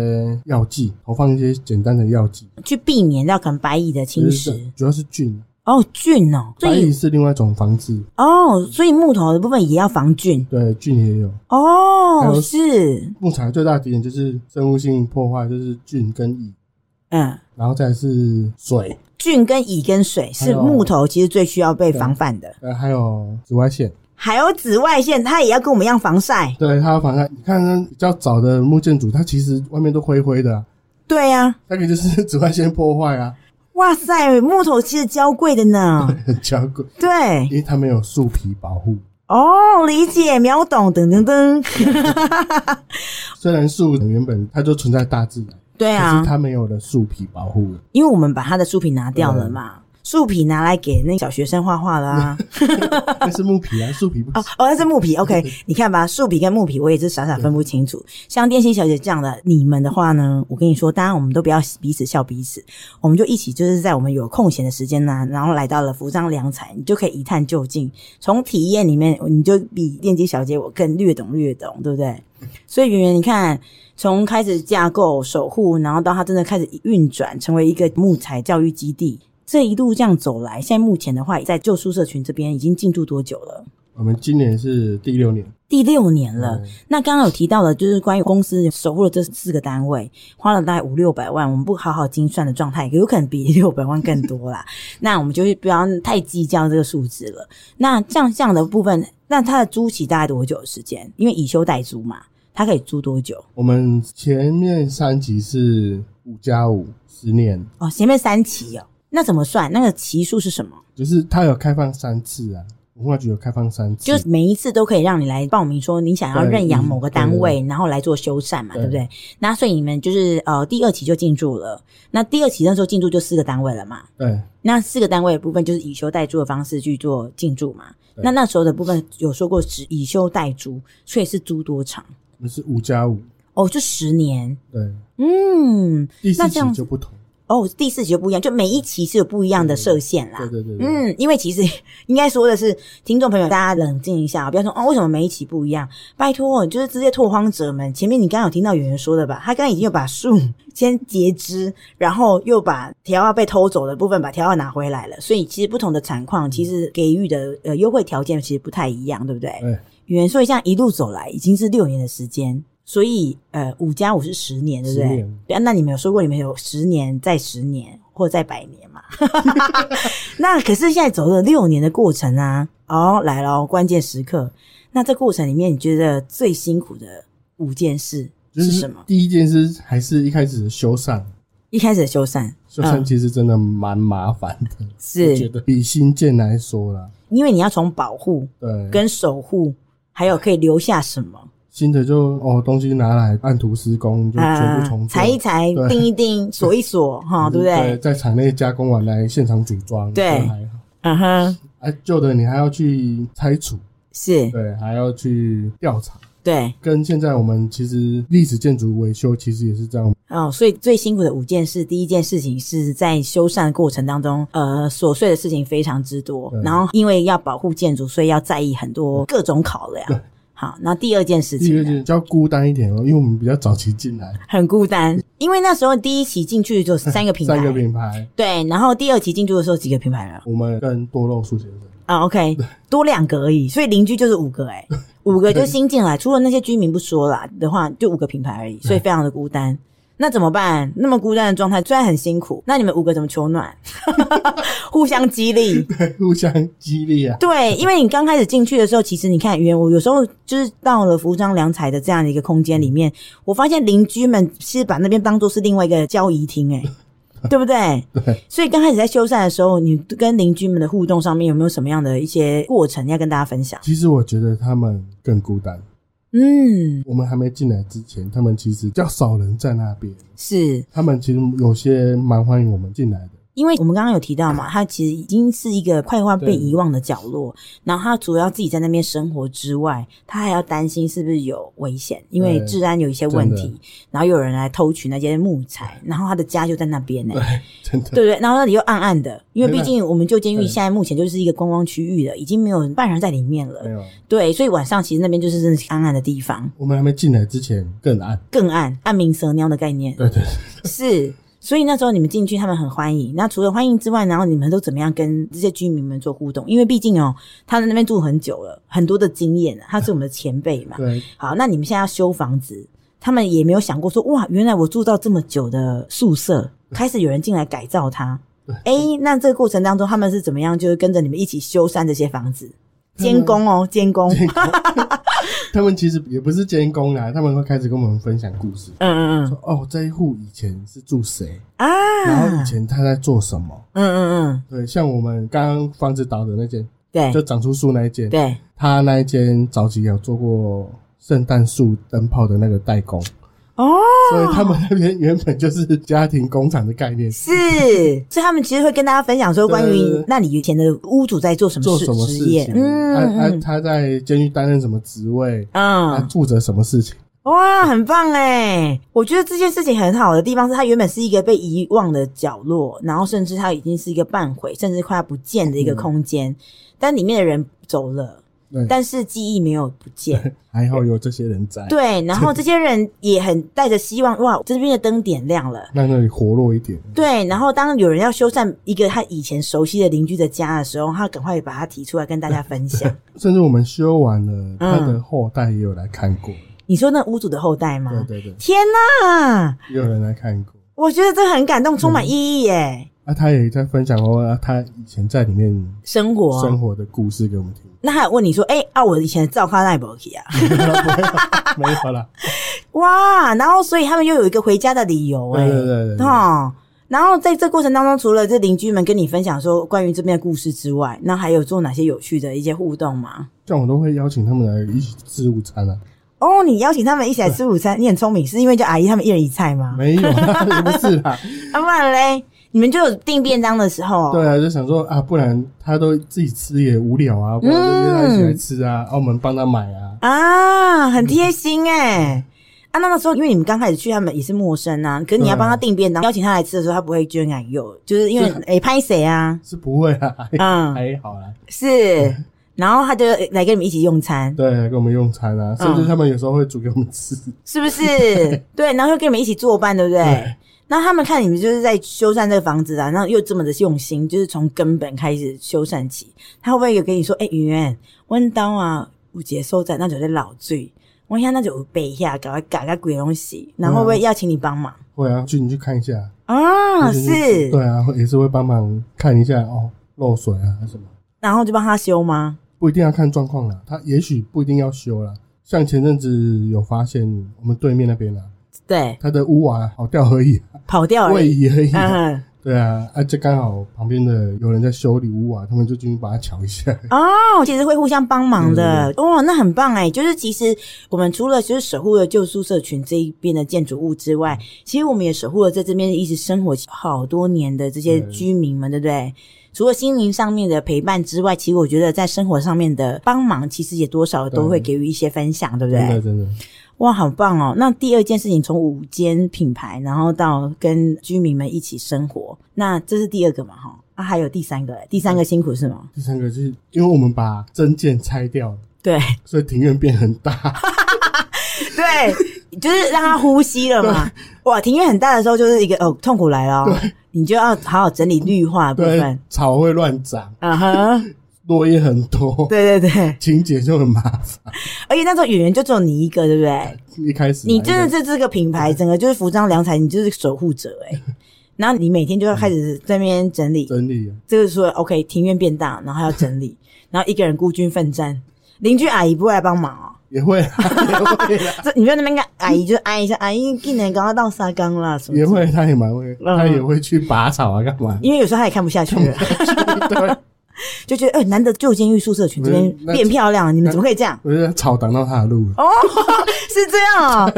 药剂，投放一些简单的药剂，嗯，去避免到可能白蚁的侵就是蚀。主要是菌，哦，菌哦，所白蚁以是另外一种防治，哦，所以木头的部分也要防菌对菌也有。还哦，有是，木材最大的敌人就是生物性破坏，就是菌跟蚁，嗯，然后再来是水，菌跟乙跟水还是有木头其实最需要被防范的，呃，还有紫外线。还有紫外线，它也要跟我们一样防晒。对，它要防晒。你看那比较早的木建筑，它其实外面都灰灰的、啊，对呀、啊，那个就是 (laughs) 紫外线破坏啊，哇塞，木头其实娇贵的呢。很娇贵，对，因为它没有树皮保护。哦，理解，秒懂，噔噔 (laughs) 噔。虽然树原本它就存在大自然，对可啊是，它没有了树皮保护了。因为我们把它的树皮拿掉了嗯嘛，树皮拿来给那小学生画画啦、那是木皮啊，树皮不哦哦，那是木皮。OK，你看吧，树皮跟木皮我也是傻傻分不清楚。像电信小姐这样的，你们的话呢，我跟你说，当然我们都不要彼此笑彼此，我们就一起就是在我们有空闲的时间呢、然后来到了福冈良材，你就可以一探究竟。从体验里面，你就比电机小姐我更略懂略懂，对不对？所以圆圆，你看，从开始架构、守护，然后到它真的开始运转，成为一个木材教育基地。这一路这样走来，现在目前的话，在旧宿社群这边已经进驻多久了？我们今年是第六年，第六年了。嗯那刚刚有提到的，就是关于公司守护了这四个单位，花了大概五六百万，我们不好好精算的状态，有可能比 (laughs) 六百万更多啦。 (laughs) 那我们就是不要太计较这个数字了。那像这样的部分，那它的租期大概多久的时间？因为以休代租嘛，它可以租多久？我们前面三集是五加五十年，哦，前面三期哦，那怎么算？那个期数是什么？就是它有开放三次啊，文化局有开放三次，就是每一次都可以让你来报名，说你想要对认养某个单对位，然后来做修缮嘛，对对不对？那所以你们就是呃第二期就进驻了，那第二期那时候进驻就四个单位了嘛。对那四个单位的部分就是以修代租的方式去做进驻嘛。对那那时候的部分有说过只以修代租，所以是租多长？就是五加五，哦，就十年。对，嗯，第四那这集样就不同，哦，第四期就不一样，就每一期是有不一样的设限啦。对对对，对，嗯，因为其实 (laughs) 应该说的是，听众朋友，大家冷静一下，不要说哦，为什么每一期不一样？拜托，就是这些拓荒者们，前面你刚刚有听到有人说的吧？他刚刚已经有把树先截枝，然后又把条啊被偷走的部分把条啊拿回来了，所以其实不同的产况，其实给予的呃优惠条件其实不太一样，对不对？对元所以这样一路走来已经是六年的时间，所以呃五加五是十年，对不10对年？对啊，那你们有说过你们有十年、再十年或再百年嘛？ (laughs) 那可是现在走了六年的过程啊，哦，来咯，关键时刻。那这过程里面，你觉得最辛苦的五件事就是什么？第一件事还是一开始的修缮，一开始的修缮，修缮嗯其实真的蛮麻烦的，我觉是得比新建来说啦，因为你要从保护、对，跟守护，还有可以留下什么新的就哦东西拿来按图施工就全部重做，啊裁一裁、对嗯钉一 (laughs) 钉、锁一锁，哈，对不对？在厂内加工完来现场组装，对这还好。嗯哼，啊，旧的你还要去拆除，是对，还要去调查。对。跟现在我们其实历史建筑维修其实也是这样，哦，所以最辛苦的五件事，第一件事情是在修缮过程当中，呃，琐碎的事情非常之多对，然后因为要保护建筑，所以要在意很多各种考量。好，那第二件事第情二呢件比较孤单一点哦，因为我们比较早期进来，很孤单，因为那时候第一期进去就三个品牌， (laughs) 三个品牌，对，然后第二期进驻的时候几个品牌了我们跟多肉树先生， (laughs) 啊？OK，多两个而已，所以邻居就是五个哎、五个就新进来，除了那些居民不说啦的话，就五个品牌而已，所以非常的孤单。那怎么办？那么孤单的状态，虽然很辛苦，那你们五个怎么求暖？ (laughs) 互相激励。互相激励啊，对，因为你刚开始进去的时候，其实你看，原我有时候就是到了服装良材的这样的一个空间里面，我发现邻居们是把那边当做是另外一个交易厅、欸，对不对？对，所以刚开始在修缮的时候，你跟邻居们的互动上面有没有什么样的一些过程要跟大家分享？其实我觉得他们更孤单。嗯，我们还没进来之前，他们其实比较少人在那边，是他们其实有些蛮欢迎我们进来的。因为我们刚刚有提到嘛，它其实已经是一个快要被遗忘的角落。然后他除了要自己在那边生活之外，他还要担心是不是有危险，因为对治安有一些问真题，然后又有人来偷取那些木材，然后他的家就在那边呢、对，真的，对不对？然后那里又暗暗的，因为对毕那竟我们旧监狱对现在目前就是一个观光区域了，已经没有半人在里面没了。有，对，所以晚上其实那边就是真的是暗暗的地方，我们还没进来之前更暗。更暗，暗明蛇尿的概念 (laughs) 对对，是。所以那时候你们进去，他们很欢迎。那除了欢迎之外，然后你们都怎么样跟这些居民们做互动？因为毕竟哦，他在那边住很久了，很多的经验啊，他是我们的前辈嘛。对，好，那你们现在要修房子，他们也没有想过说，哇，原来我住到这么久的宿舍，开始有人进来改造它。哎、那这个过程当中，他们是怎么样，就是跟着你们一起修缮这些房子，他们监工哦，监工，嗯他们其实也不是监工啦，他们会开始跟我们分享故事，嗯嗯说哦，这一户以前是住谁， (laughs) 啊，然后以前他在做什么。嗯嗯嗯，对，像我们刚刚房子倒的那间，对就长出树那一间，对，他那一间早期有做过圣诞树灯泡的那个代工，哦，所以他们那边原本就是家庭工厂的概哦念，是，所以他们其实会跟大家分享说，关对对于对那里以前的屋主在做什做么事什么职事业情，，哎他他嗯他在监狱担任什么职位，他嗯，负责什么事情，哇，很棒哎！我觉得这件事情很好的地方是，它原本是一个被遗忘的角落，然后甚至它已经是一个半毁，甚至快要不见的一个空间，但里面的人走了嗯对。但是记忆没有不见， (laughs) 还好有这些人在，对，然后这些人也很带着希望，哇，这边的灯点亮了，让那里活络一点。对，然后当有人要修缮一个他以前熟悉的邻居的家的时候，他赶快把它提出来跟大家分 (laughs) 享。甚至我们修完了，他的后代也有来看过，你说那屋主的后代吗？对对对，天哪，也有人来看过。我觉得这很感动，充满意义耶！啊，他也在分享哦，啊他以前在里面生活，生活的故事给我们听。 (laughs) 那还有问你说，哎、啊，我以前的照咖奈博奇啊， (laughs) 没有啦，哇，然后所以他们又有一个回家的理由，哎，对对对对对哦。然后在这过程当中，除了这邻居们跟你分享说关于这边的故事之外，那还有做哪些有趣的一些互动吗？像我都会邀请他们来一起吃午餐啊。哦，你邀请他们一起来吃午餐，你很聪明，是因为叫阿姨他们一人一菜吗？没有啦，也不是啦。啊，不然嘞，你们就有订便当的时候，对啊，就想说啊，不然他都自己吃也无聊啊，不然就约他一起来吃啊，澳门帮他买啊。啊，很贴心哎、啊，那那时候因为你们刚开始去，他们也是陌生啊，可是你要帮他订便当，邀请他来吃的时候，他不会觉得难有，就是因为哎拍谁啊，是不会啊，还、嗯还好啦。是，然后他就来跟你们一起用餐，对，来跟我们用餐啊，甚至他们有时候会煮给我们吃。是不 (laughs) 是？对，然后又跟你们一起作伴，对不对？对那他们看你们就是在修缮这个房子啊，然后又这么的用心，就是从根本开始修缮起。他会不会有跟你说：“哎、圆圆，阮兜啊有一个所在，那就在老水，我遐那就有背下，搞改个鬼东西，然后会不会邀请你帮忙会啊，去你去看一下。啊？，就是嗯对啊，也是会帮忙看一下哦，漏水啊什么，然后就帮他修吗？不一定要看状况啦，他也许不一定要修啦。像前阵子有发现我们对面那边啊，对，他的屋瓦好掉而已、跑掉啊，了位。移而已、啊。嗯对啊，啊，这刚好旁边的有人在修理屋瓦，他们就进去把它瞧一下。哦，其实会互相帮忙的嗯哦，那很棒哎！就是其实我们除了就是守护了旧宿舍群这一边的建筑物之外，嗯其实我们也守护了在这边一直生活好多年的这些对居民们，对不对？除了心灵上面的陪伴之外，其实我觉得在生活上面的帮忙，其实也多少都会给予一些分享，对不 (laughs) 真对的？真的，哇，好棒哦！那第二件事情，从五间品牌，然后到跟居民们一起生活，那这是第二个嘛，哈啊，还有第三个欸，第三个辛苦是吗？第三个就是因为我们把真件拆掉了，对。所以庭院变很 (laughs) 大。对，就是让它呼吸了嘛。哇，庭院很大的时候，就是一个哦，痛苦来了、哦，你就要好好整理绿化的部对分。，草会乱长，啊哈，落叶很多， (laughs) 对对对，清洁就很麻烦。而且那时候演员就只有你一个，对不对？一开始你来真的这这个品牌，整个就是服装良才，你就是守护者哎、然后你每天就要开始在那边整理，整理啊，就是说 OK，庭院变大，然后还要整理，然后一个人孤军奋战，邻居阿姨不会来帮忙哦。也会 (laughs) 啊，也会啦，这你在那边跟阿姨就哀一下，阿姨竟然刚刚到沙缸啦什么也之类的？会，他也蛮会，嗯他也会去拔草啊，干嘛？因为有时候她也看不下去了。 (laughs) 对，就觉得，哎、难得旧监狱宿舍群这边不是那变漂亮了，你们怎么可以这样？我觉得草挡到他的路了。哦， (laughs) 是这样哦，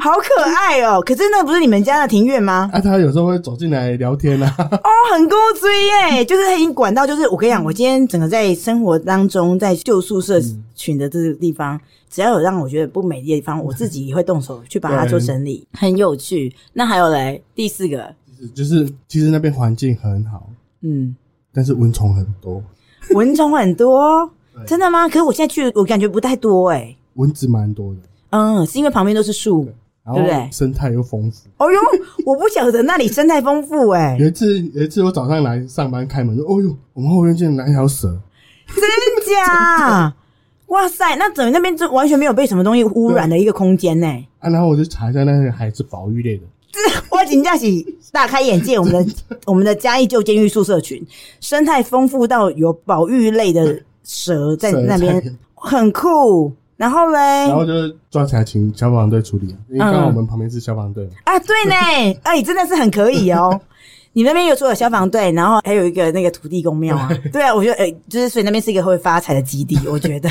好可爱哦。可是那不是你们家的庭院吗？啊，他有时候会走进来聊天啊， (laughs) 哦，很够追耶，就是他已经管到，就是我跟你嗯讲，我今天整个在生活当中，在旧宿舍群的这个地嗯方，只要有让我觉得不美丽的地方，我自己也会动手去把它做整理，很有趣。那还有嘞，第四个，就是其实那边环境很好， (laughs) 嗯，但是蚊虫很多，蚊虫很多，哦对真的吗？可是我现在去，我感觉不太多哎。蚊子蛮多的。嗯，是因为旁边都是树，然对不对后生态又丰富。哦哟，我不晓得那里生态丰富哎、 (laughs) 有一次，有一次我早上来上班开门，说：“哦呦，我们后院竟然来一条蛇，真假？哇塞，那等于那边就完全没有被什么东西污染的一个空间呢、啊！”然后我就查一下，那个还是保育类的，我请假喜大开眼界，我们的我们的嘉义旧监狱宿舍群生态丰富到有保育类的蛇在蛇那边，很酷。然后嘞然，后就抓起来请消防队处理啊，因为刚好哎嗯我们旁边是消防队嘛，啊，对呢，哎，真的是很可以哦。你那边有除了消防队，然后还有一个那个土地公庙啊，对啊，我觉得哎、就是所以那边是一个会发财的基地，我觉得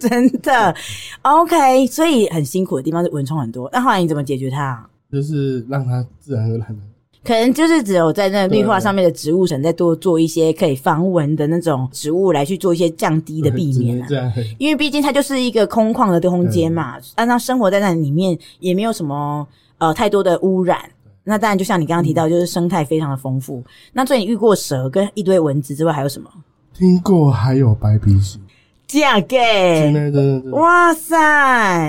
真的 OK，所以很辛苦的地方是蚊虫很多。那后来你怎么解决它啊、就是让它自然而然的。可能就是只有在那绿化上面的植物，可能再多做一些可以防蚊的那种植物来去做一些降低的避免啊只能。这样，因为毕竟它就是一个空旷的空间嘛，按照生活在那里面也没有什么呃太多的污染。那当然，就像你刚刚提嗯到，就是生态非常的丰富。那所以你遇过蛇跟一堆蚊子之外，还有什么？听过还有白鼻蜥，嫁现给在真的真的，哎哇塞！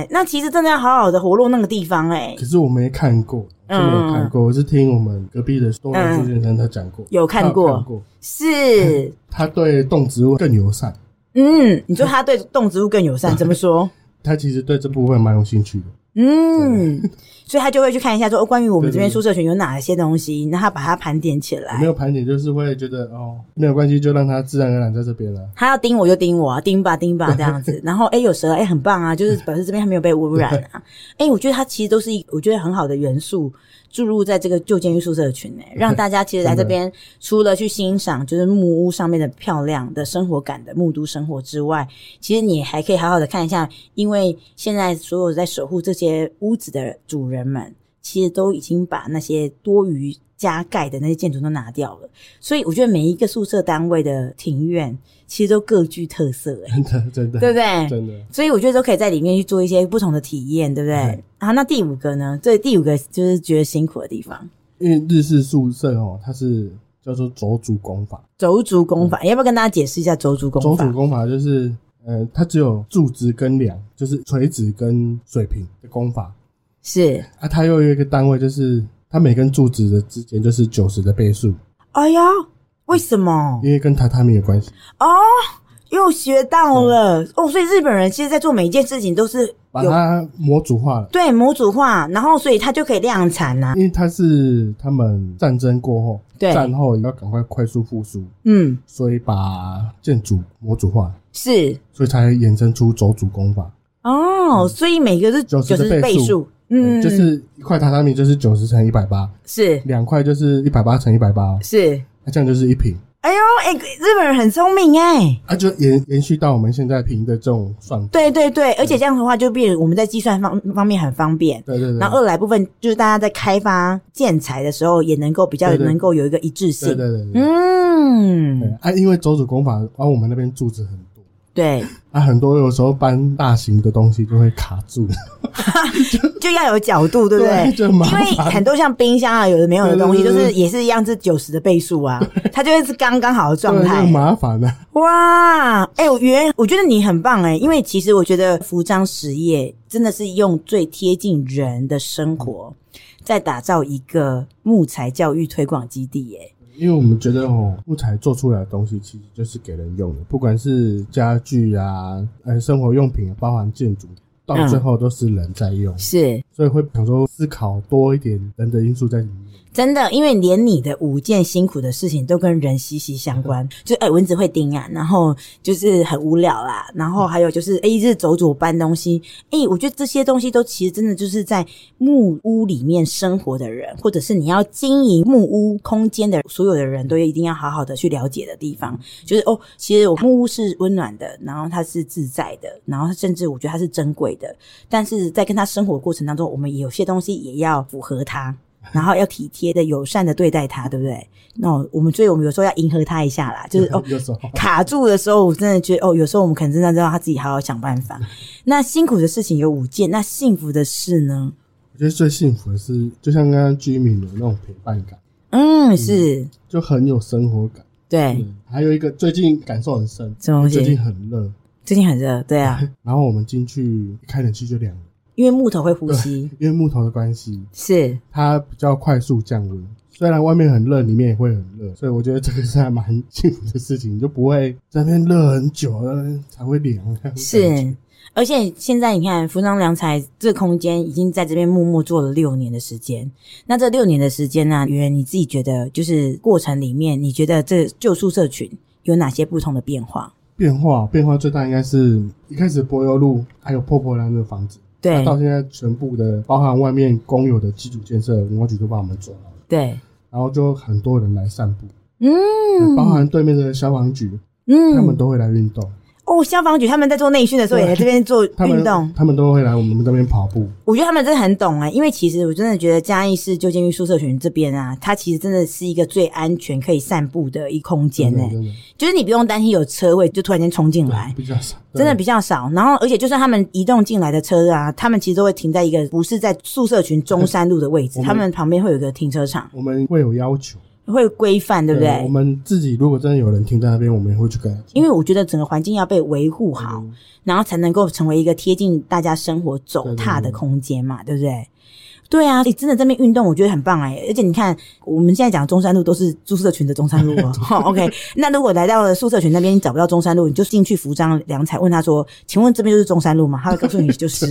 那其实真的要好好的活络那个地方哎、可是我没看过，嗯真的没看过，我是听我们隔壁的东南朱先生他讲过，有看过他有看过，是，他对动植物更友善，嗯，你说它对动植物更友 (laughs) 善，怎么说？他其实对这部分蛮有兴趣的。嗯，所以他就会去看一下说，哦，关于我们这边对对对宿舍群有哪些东西，那他把它盘点起我没来。有盘点，就是会觉得哦，没有关系，就让它自然而然在这边了。他要盯我就盯我、啊，盯吧盯吧这样子。然后哎、诶有蛇哎、诶很棒啊，就是表示这边还没有被污染啊。哎、我觉得它其实都是一我觉得很好的元素注入在这个旧监狱宿舍群诶、让大家其实来这边除了去欣赏就是木屋上面的漂亮的生活感的木都生活之外，其实你还可以好好的看一下，因为现在所有在守护这些屋子的主人们，其实都已经把那些多余加盖的那些建筑都拿掉了，所以我觉得每一个宿舍单位的庭院其实都各具特色、欸， (laughs) 真的，真的，对不对？真的，所以我觉得都可以在里面去做一些不同的体验，对不对？嗯然后那第五个呢？这第五个就是觉得辛苦的地方，因为日式宿舍哦，它是叫做轴组工法。轴竹工法，要不要跟大家解释一下嗯轴竹工轴法？组工法就是，呃，它只有柱子跟梁，就是垂直跟水平的工法是，啊。它又有一个单位，就是它每根柱子的之间就是九十的倍数，哎呀，为什么？因为跟榻榻米有关系，哦，又学到了哦，所以日本人其实，在做每一件事情都是把有它模组化了。对模组化，然后所以它就可以量产啊呐、因为它是他们战争过后，对战后要赶快快速复苏，嗯，所以把建筑模组化，是所以才衍生出轴组工法。嗯哦，所以每个是90的90倍倍数数，嗯，就是一块榻榻米就是九十乘一百八，是两块就是一百八乘一百八，是。那这样就是一平。哎呦，哎、日本人很聪明哎、啊，就延延续到我们现在平的这种算法。对对嗯对，而且这样的话就变我们在计算方方面很方便。对对对，然后二来部分就是大家在开发建材的时候也能够比较对对能够有一个一致性对。对对对，对嗯，啊，因为周主工法，啊，我们那边柱子很多，对，啊，很多有时候搬大型的东西就会卡住，就要有角度，对不对？ (laughs) 就麻因为烦。很多像冰箱啊，有的没有的东西，对就对对是也是一样是九十的倍数啊，它就会是刚刚好的状对，态就。麻烦啊了、哇，哎、我原我觉得你很棒哎、因为其实我觉得服装实业真的是用最贴近人的生活，在打造一个木材教育推广基地耶、欸因为我们觉得哦，木材做出来的东西其实就是给人用的，不管是家具啊，呃，生活用品啊，包含建筑，到嗯最后都是人在用，是所以会想说思考多一点人的因素在里面。真的，因为连你的五件辛苦的事情都跟人息息相关。就哎、蚊子会叮啊，然后就是很无聊啦，然后还有就是哎、一直走走搬东西。哎、我觉得这些东西都其实真的就是在木屋里面生活的人，或者是你要经营木屋空间的所有的人都一定要好好的去了解的地方。就是哦，其实我木屋是温暖的，然后它是自在的，然后甚至我觉得它是珍贵的。但是在跟他生活过程当中，我们有些东西也要符合 (laughs) 他。然后要体贴的、友善的对待他，对不对？那我们所以我们有时候要迎合他一下啦，就是哦 (laughs) ，有时候 (laughs) 卡住的时候，我真的觉得哦，有时候我们可能真的要让他自己好好想办法。那辛苦的事情有五件，那幸福的事呢？我觉得最幸福的是，就像刚刚居民有那种陪伴感，嗯，是就很有生活感。对，嗯，还有一个最近感受很深，什么东最近西？很热， (laughs) 最近很热，对啊，然后我们进去一开冷气就凉了，因为木头会呼 (laughs) 吸，因为木头的关系，是它比较快速降温。虽然外面很热，里面也会很热，所以我觉得这个是还蛮幸福的事情，你就不会在那边热很久，那边才会凉。那样感觉是。而且现在你看，服装良材这空间已经在这边默默做了六年的时间。那这六年的时间呢、啊，圆圆你自己觉得，就是过程里面，你觉得这旧宿舍群有哪些不同的变化？变化，变化最大应该是一开始柏油路还有破破烂烂的房子，对到现在全部的，包含外面公有的基础建设，文化局都帮我们做好了，对，然后就很多人来散步，嗯包含对面的消防局，他们嗯，都会来运动，哦，消防局他们在做内训的时候也在这边做他运动们，他嗯们都会来我们这边跑步，我觉得他们真的很懂哎、因为其实我真的觉得嘉义市旧监狱宿舍群这边啊，它其实真的是一个最安全可以散步的一空间真哎、的真的就是你不用担心有车位就突然间冲进来对，比较少，真的对比较少。然后而且就算他们移动进来的车啊，他们其实都会停在一个不是在宿舍群中山路的位置，我们他们旁边会有一个停车场，我们会有要求，会规范，对不我对？们自己如果真的有人停在那边，我们也会去跟他讲，因为我觉得整个环境要被维护好，嗯然后才能够成为一个贴近大家生活走踏的空间嘛，对不对？对啊，你真的这边运动，我觉得很棒哎、而且你看，我们现在讲中山路都是宿舍群的中山路哦。哈 OK，那如果来到了宿舍群那边，你找不到中山路，你就进去服装良才问他说：“请问这边就是中山路吗？”他会告诉你就是。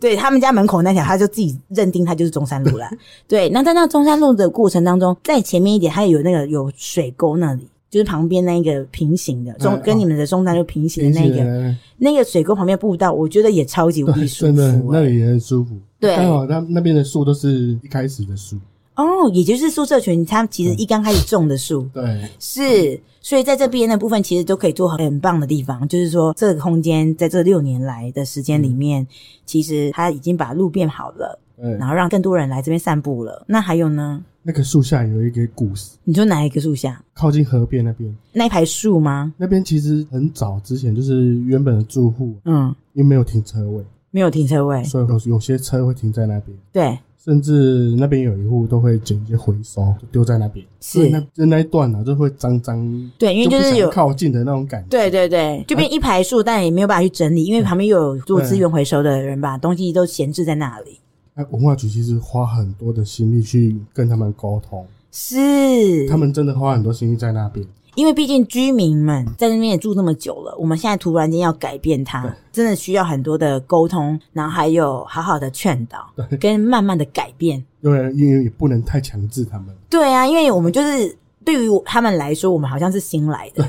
对他们家门口那条，他就自己认定它就是中山路 (laughs) 啦。对，那在那中山路的过程当中，在前面一点，它有那个有水沟那里，就是旁边那一个平行的中，嗯跟你们的中山路平行天的气那个。呢那个水沟旁边步道，我觉得也超级无敌对，舒真服、的欸。那里也很舒服，对刚好那那边的树都是一开始的树，哦，也就是宿舍群，它其实一刚开始种的树对，是，所以在这边的部分其实都可以做很棒的地方，就是说这个空间在这六年来的时间里面，其实它已经把路变好了，对然，后让更多人来这边散步了。那还有呢？那个树下有一个故事，你说哪一个树下？靠近河边那边，那一排树吗？那边其实很早之前就是原本的住户，嗯，因为没有停车位，没有停车位。所以有有些车会停在那边，对，甚至那边有一户都会捡一些回收就丢在那边，所以那是，就那一段啊，就会脏脏，对，因为就不是想有靠近的那种感觉，对对呃对，就变一排树，但也没有办法去整理，因为旁边又有做资源回收的人把东西都闲置在那里。那文化局其实花很多的心力去跟他们沟通，是，他们真的花很多心力在那边。因为毕竟居民们在那边也住那么久了，我们现在突然间要改变它，真的需要很多的沟通，然后还有好好的劝导，跟慢慢的改变。因为因为也不能太强制他们，对啊，因为我们就是对于他们来说，我们好像是新来 (laughs) 的，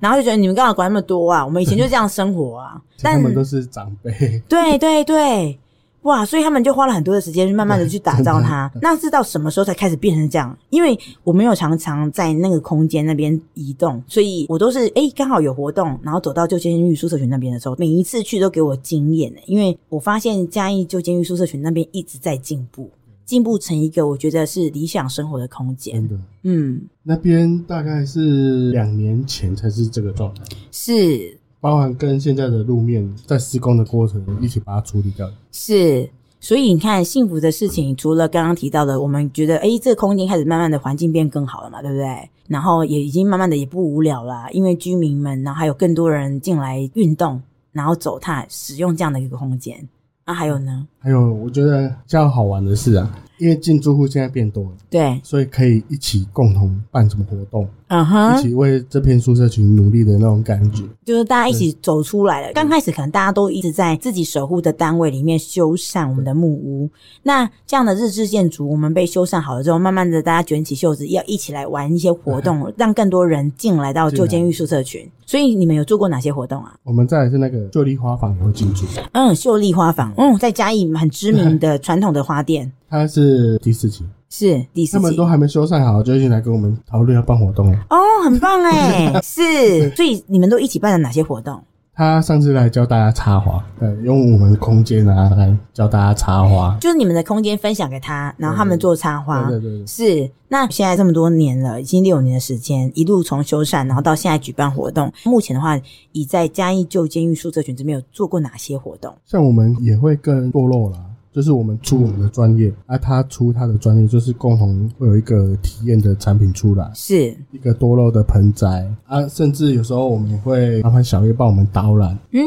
然后就觉得你们干嘛管那么多啊？我们以前就这样生活 (laughs) 啊，其实但他们都是长辈，对对对，哇！所以他们就花了很多的时间，慢慢的去打造 (laughs) 它。那是到什么时候才开始变成这样？因为我没有常常在那个空间那边移动，所以我都是诶刚好有活动，然后走到旧监狱宿舍群那边的时候，每一次去都给我惊艳欸的，因为我发现嘉义旧监狱宿舍群那边一直在进步，进步成一个我觉得是理想生活的空间真。的。嗯，那边大概是两年前才是这个状态，是包含跟现在的路面在施工的过程一起把它处理掉。是，所以你看，幸福的事情，除了刚刚提到的，我们觉得，诶，这个空间开始慢慢的环境变更好了嘛，对不对？然后也已经慢慢的也不无聊啦，因为居民们，然后还有更多人进来运动，然后走踏，使用这样的一个空间。啊，还有呢，还有，我觉得较好玩的是啊，因为进住户现在变多了，对，所以可以一起共同办什么活动，嗯一哼，起为这片宿舍群努力的那种感觉。就是大家一起走出来了。刚开始可能大家都一直在自己守护的单位里面修缮我们的木屋，那这样的日式建筑，我们被修缮好了之后，慢慢的大家卷起袖子，要一起来玩一些活动，让更多人进来到旧监狱宿舍群。所以你们有做过哪些活动啊？我们再来是那个秀丽花坊也会进驻，嗯，秀丽花坊，嗯，在嘉义很知名的传统的花店，它是第四期，是第他四们季都。还没修缮好，就已经来跟我们讨论要办活动了。哦，很棒哎，是，所以你们都一起办了哪些活动？他上次来教大家插花，对，用我们空间啊来教大家插花。就是你们的空间分享给他，然后他们做插花，嗯对对对，是，那现在这么多年了，已经六年的时间，一路从修缮，然后到现在举办活动。目前的话，已在嘉义旧监狱宿舍群这边有做过哪些活动？像我们也会更堕落啦，就是我们出我们的专业，啊，他出他的专业，就是共同会有一个体验的产品出来，是，一个多肉的盆栽啊，甚至有时候我们也会麻烦小叶帮我们导览，嗯，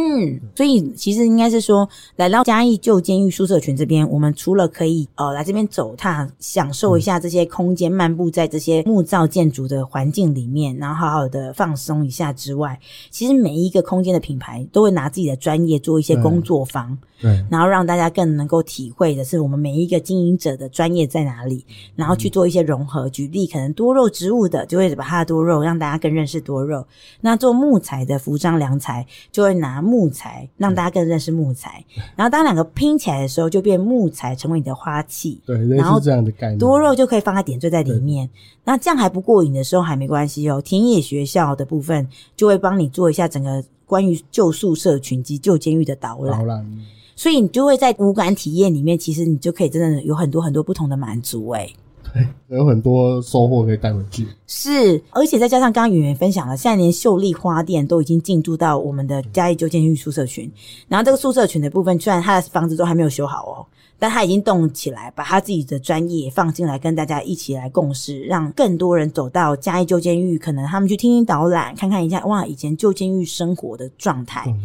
所以其实应该是说，来到嘉义旧监狱宿舍群这边，我们除了可以呃来这边走踏，享受一下这些空间，漫步在这些木造建筑的环境里面，然后好好的放松一下之外，其实每一个空间的品牌都会拿自己的专业做一些对工作坊，对，然后让大家更能够体会的是我们每一个经营者的专业在哪里，然后去做一些融合。举例，可能多肉植物的就会把它的多肉让大家更认识多肉；那做木材的服装良材就会拿木材让大家更认识木材。然后当两个拼起来的时候，就变木材成为你的花器。对，类然后似这样的概念。多肉就可以放在点缀在里面。那这样还不过瘾的时候还没关系哦，田野学校的部分就会帮你做一下整个关于旧宿舍群及旧监狱的导览导。览，所以你就会在无感体验里面，其实你就可以真的有很多很多不同的满足、欸，有很多收获可以带回去。是，而且再加上刚刚圆圆分享了，现在连秀丽花店都已经进驻到我们的嘉义旧监狱宿舍群。然后这个宿舍群的部分，虽然它的房子都还没有修好哦，但它已经动起来，把它自己的专业放进来，跟大家一起来共事，让更多人走到嘉义旧监狱，可能他们去听听导览，看看一下哇，以前旧监狱生活的状态。嗯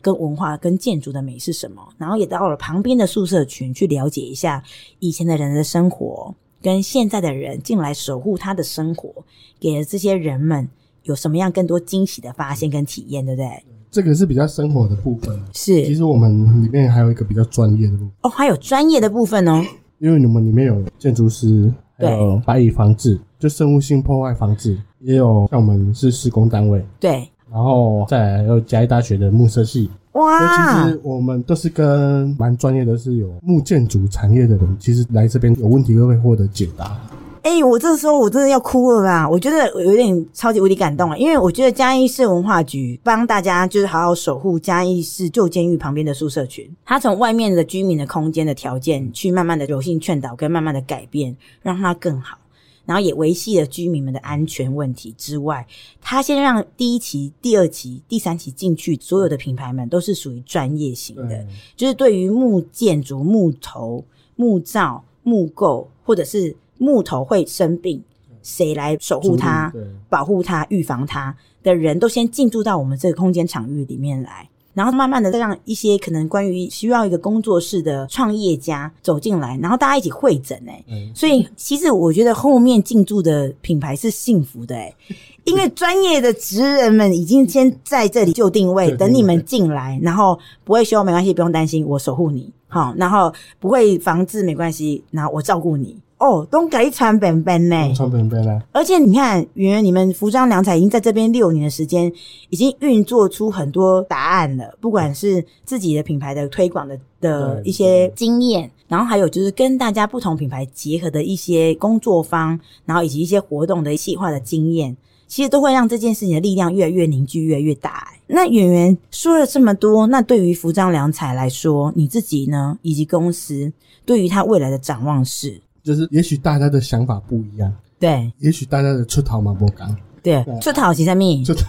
跟文化、跟建筑的美是什么，然后也到了旁边的宿舍群去了解一下以前的人的生活，跟现在的人进来守护他的生活，给了这些人们有什么样更多惊喜的发现跟体验，对不对？这个是比较生活的部分。其是实我们里面还有一个比较专业的部分，哦，还有专业的部分哦，因为你们里面有建筑师，还对有白蚁防治，就生物性破坏防治，也有像我们是施工单位，对，然后再来还有嘉义大学的木设系。所以其哇，实我们都是跟蛮专业的，是有木建筑产业的人，其实来这边有问题都会获得解答。哎、我这时候我真的要哭了啦！我觉得我有点超级无敌感动啊，因为我觉得嘉义市文化局帮大家就是好好守护嘉义市旧监狱旁边的宿舍群，它从外面的居民的空间的条件去慢慢的柔性劝导跟慢慢的改变，让它更好。然后也维系了居民们的安全问题之外，他先让第一期、第二期、第三期进去所有的品牌们都是属于专业型的对，，就是对于木建筑、木头、木造、木构，或者是木头会生病，谁来守护它、对，保护它、预防它的人都先进驻到我们这个空间场域里面来。然后慢慢的再让一些可能关于需要一个工作室的创业家走进来，然后大家一起会诊哎、嗯所以其实我觉得后面进驻的品牌是幸福的哎、因为专业的职人们已经先在这里就定位，就定位等你们进来，然后不会修没关系，不用担心，我守护你好，然后不会防治没关系，然后我照顾你哦，东改传本本呢，川本贝拉，而且你看，圆圆，你们服装良材已经在这边六年的时间，已经运作出很多答案了，不管是自己的品牌的推广的的对一些经验，然后还有就是跟大家不同品牌结合的一些工作坊，然后以及一些活动的企划的经验。其实都会让这件事情的力量越来越凝聚，越来越大、欸那圆圆说了这么多，那对于服装良材来说，你自己呢，以及公司对于它未来的展望是？就是也许大家的想法不一样，对也许大家的出逃马波港，对对，出头是啥物？出头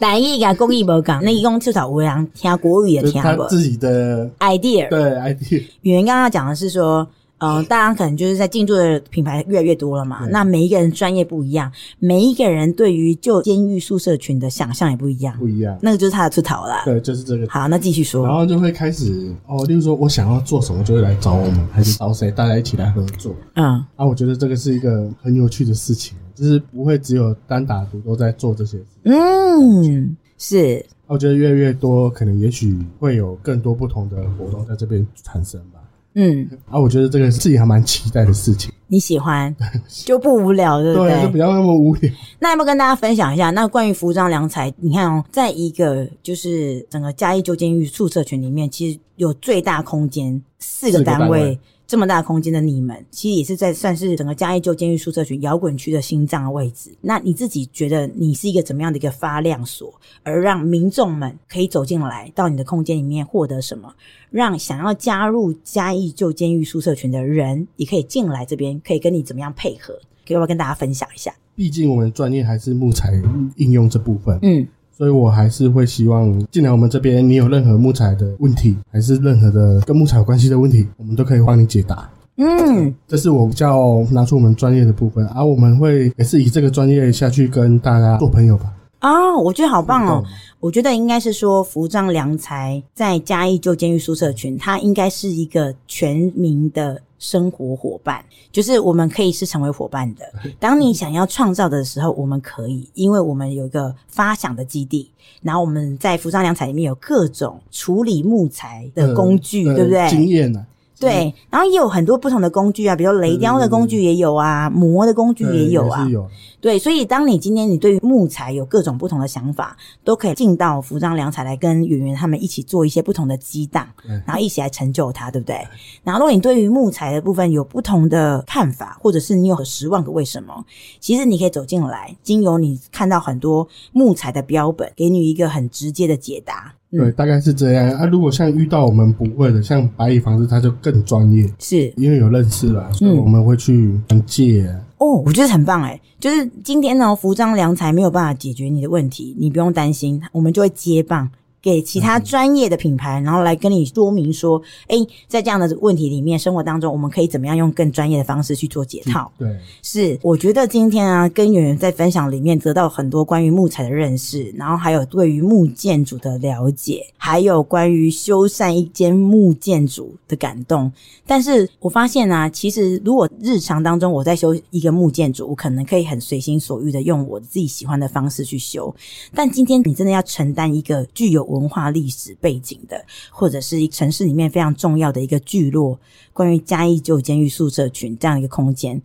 台语甲国语无共，那伊讲至少有的人听国语也就是听他无。自己的 idea，对 idea，演员刚刚讲的是说，呃，大家可能就是在进驻的品牌越来越多了嘛，对那每一个人专业不一样，每一个人对于旧监狱宿舍群的想象也不一样，不一样。那个就是他的出头啦。 (laughs) 对，就是这个。好，那继续然说。后就会开始哦，例如说我想要做什么，就会来找我们，还是找谁，大家一起来合作。嗯，啊，我觉得这个是一个很有趣的事情，就是不会只有单打独斗在做这些事。嗯，是啊我觉得越来越多，可能也许会有更多不同的活动在这边产生吧。嗯，啊，我觉得这个是自己还蛮期待的事情，你喜欢就不无聊，对不对？就比较那么无聊。那要不要跟大家分享一下？那关于服装良材，你看哦，在一个就是整个嘉义旧监狱宿舍群里面，其实有最大空间四个单四个单位位这么大空间的你们，其实也是在算是整个嘉义旧监狱宿舍群摇滚区的心脏位置。那你自己觉得你是一个怎么样的一个发亮所，而让民众们可以走进来到你的空间里面获得什么？让想要加入嘉义旧监狱宿舍群的人也可以进来这边，可以跟你怎么样配合？可以要不要跟大家分享一下？毕竟我们专业还是木材应用这部分，嗯，所以我还是会希望，进来我们这边，你有任何木材的问题，还是任何的跟木材有关系的问题，我们都可以帮你解答。嗯，这是我比较拿出我们专业的部分，而、我们会也是以这个专业下去跟大家做朋友吧。啊，我觉得好棒哦对！我觉得应该是说，福藏良才在嘉义旧监狱宿舍群，它应该是一个全民的生活伙伴，就是我们可以是成为伙伴 (laughs) 的。当你想要创造的时候，我们可以，因为我们有一个发想的基地，然后我们在福藏良才里面有各种处理木材的工具，呃对不对？经验呢、对，然后也有很多不同的工具啊，比如雷雕的工具也有啊，磨的工具对也有啊嗯是，有。对，所以当你今天你对于木材有各种不同的想法，都可以进到服装良材来跟圆圆他们一起做一些不同的激荡对，然后一起来成就它，对不对？然后如果你对于木材的部分有不同的看法，或者是你有十万个为什么，其实你可以走进来，经由你看到很多木材的标本，给你一个很直接的解答。嗯对，，大概是这样啊。如果像遇到我们不会的，像白蚁房子，它就更专业，是因为有认识了，所以嗯我们会去借、哦，我觉得很棒哎，就是今天呢，服装良材没有办法解决你的问题，你不用担心，我们就会接棒。给其他专业的品牌，然后来跟你说明说，哎，在这样的问题里面，生活当中，我们可以怎么样用更专业的方式去做解套？对，是，我觉得今天啊，跟圆圆在分享里面得到很多关于木材的认识，然后还有对于木建筑的了解，还有关于修缮一间木建筑的感动。但是我发现啊，其实如果日常当中我在修一个木建筑，我可能可以很随心所欲的用我自己喜欢的方式去修，但今天你真的要承担一个具有文化历史背景的，或者是一城市里面非常重要的一个聚落，关于嘉义旧监狱宿舍群这样一个空间，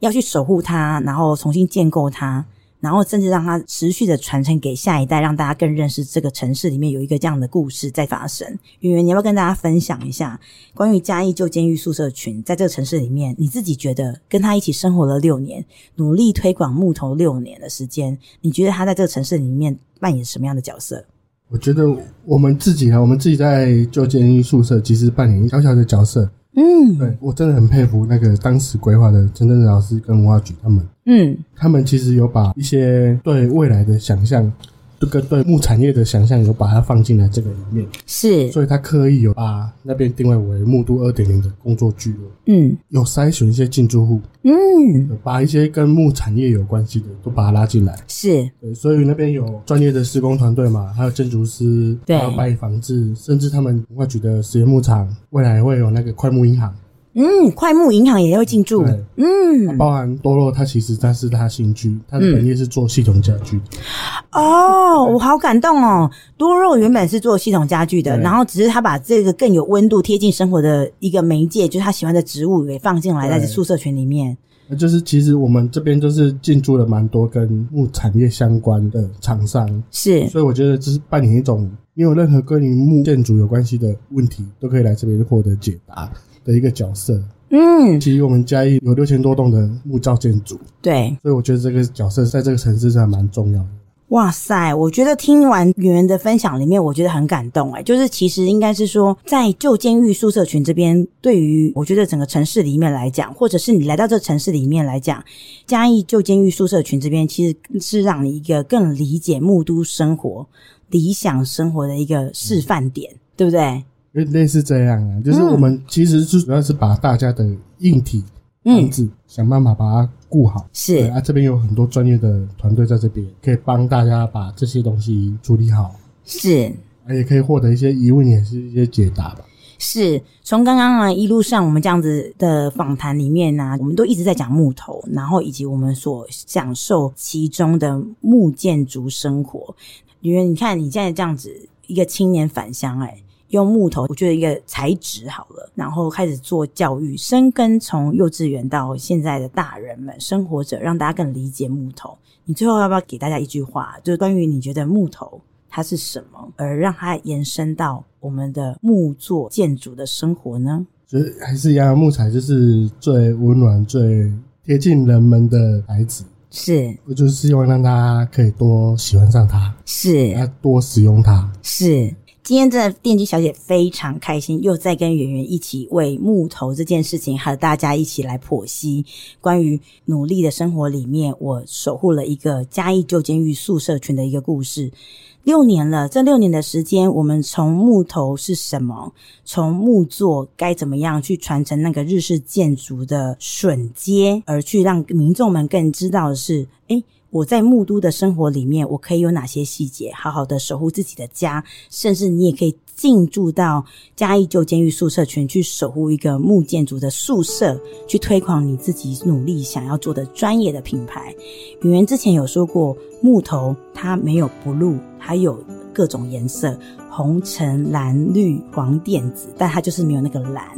要去守护它，然后重新建构它，然后甚至让它持续的传承给下一代，让大家更认识这个城市里面有一个这样的故事在发生。圆圆，你要不要跟大家分享一下关于嘉义旧监狱宿舍群在这个城市里面，你自己觉得跟他一起生活了六年，努力推广木头六年的时间，你觉得他在这个城市里面扮演什么样的角色？我觉得我们自己啊，我们自己在旧监狱宿舍其实扮演小小的角色。嗯对我真的很佩服那个当时规划的陈正老师跟文化局他们，嗯，他们其实有把一些对未来的想象，这个对木产业的想象有把它放进来这个里面，是，所以他刻意有把那边定位为木都二点零的工作聚落，嗯有筛选一些进驻户，嗯有把一些跟木产业有关系的都把它拉进来。是，对，所以那边有专业的施工团队嘛，还有建筑师，对还有白蚁防治，甚至他们文化局的实验牧场，未来会有那个快木银行，嗯，快木银行也会进驻，对嗯包含多肉，它其实它是它新居，它的本业是做系统家居，哦，我好感动哦！多肉原本是做系统家具的，对然后只是他把这个更有温度、贴近生活的一个媒介，就是他喜欢的植物给放进来，在对这宿舍群里面。那就是其实我们这边就是进驻了蛮多跟木产业相关的厂商，是，所以我觉得这是扮演一种，你有任何跟你木建筑有关系的问题，都可以来这边获得解答的一个角色。嗯，其实我们嘉义有六千多栋的木造建筑，对，所以我觉得这个角色在这个城市上蛮重要的。哇塞！我觉得听完圆圆的分享里面，我觉得很感动哎、就是其实应该是说，在旧监狱宿舍群这边，对于我觉得整个城市里面来讲，或者是你来到这城市里面来讲，嘉义旧监狱宿舍群这边其实是让你一个更理解木都生活、理想生活的一个示范点，对不对？因为类似这样啊，就是我们其实是主要是把大家的硬体房嗯，子、想办法把它顾好。对是啊，这边有很多专业的团队在这边，可以帮大家把这些东西处理好，是。啊也可以获得一些疑问，也是一些解答吧。是从刚刚啊一路上我们这样子的访谈里面呢、我们都一直在讲木头，然后以及我们所享受其中的木建筑生活。因为你看你现在这样子一个青年返乡、哎，用木头，我觉得一个材质好了，然后开始做教育，深耕从幼稚园到现在的大人们生活者，让大家更理解木头。你最后要不要给大家一句话，就是关于你觉得木头它是什么，而让它延伸到我们的木作建筑的生活呢？所以还是一样，木材就是最温暖、最贴近人们的材质。是我就是希望让大家可以多喜欢上它，是要多使用它。是。今天真的电机小姐非常开心，又在跟圆圆一起为木头这件事情，和大家一起来剖析关于努力的生活里面，我守护了一个嘉义旧监狱宿舍群的一个故事。六年了，这六年的时间，我们从木头是什么，从木作该怎么样去传承那个日式建筑的榫接，而去让民众们更知道的是，诶，我在木都的生活里面，我可以有哪些细节，好好的守护自己的家，甚至你也可以进驻到嘉义旧监狱宿舍群去守护一个木建筑的宿舍，去推广你自己努力想要做的专业的品牌。圆圆之前有说过，木头它没有 blue，它有各种颜色，红、橙、蓝、绿、黄、靛、紫，但它就是没有那个蓝。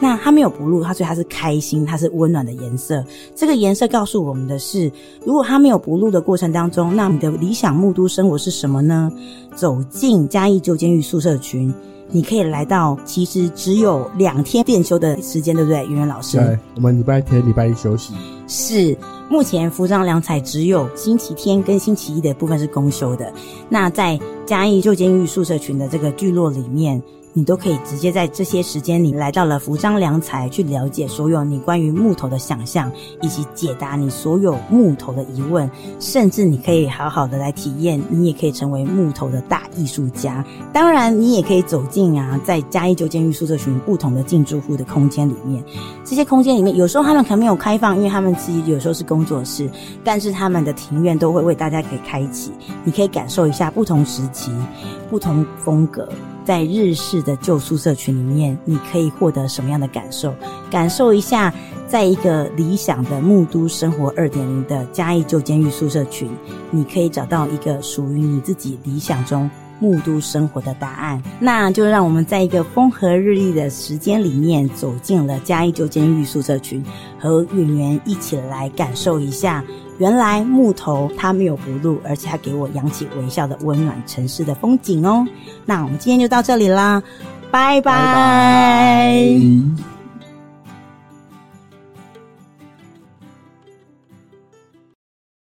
那它没有 blue，它所以它是开心，它是温暖的颜色。这个颜色告诉我们的是，如果它没有 blue 的过程当中，那你的理想木都生活是什么呢？走进嘉义旧监狱宿舍群。你可以来到，其实只有两天变休的时间，对不对，圆圆老师？对，我们礼拜天、礼拜一休息。是目前服装良彩只有星期天跟星期一的部分是公休的。那在嘉义旧监狱宿舍群的这个聚落里面，你都可以直接在这些时间里来到了服装良彩，去了解所有你关于木头的想象，以及解答你所有木头的疑问，甚至你可以好好的来体验，你也可以成为木头的大艺术家。当然，你也可以走进啊，在嘉义旧监狱宿舍群不同的进驻户的空间里面，这些空间里面，有时候他们可能没有开放，因为他们自己有时候是工作室，但是他们的庭院都会为大家可以开启，你可以感受一下不同时期、不同风格，在日式的旧宿舍群里面，你可以获得什么样的感受？感受一下，在一个理想的木都生活二点零的嘉义旧监狱宿舍群，你可以找到一个属于你自己理想中木都生活的答案。那就让我们在一个风和日丽的时间里面，走进了嘉义旧监狱宿舍群，和圆圆一起来感受一下，原来木头它没有不露，而且它给我扬起微笑的温暖城市的风景哦。那我们今天就到这里啦，拜拜。拜拜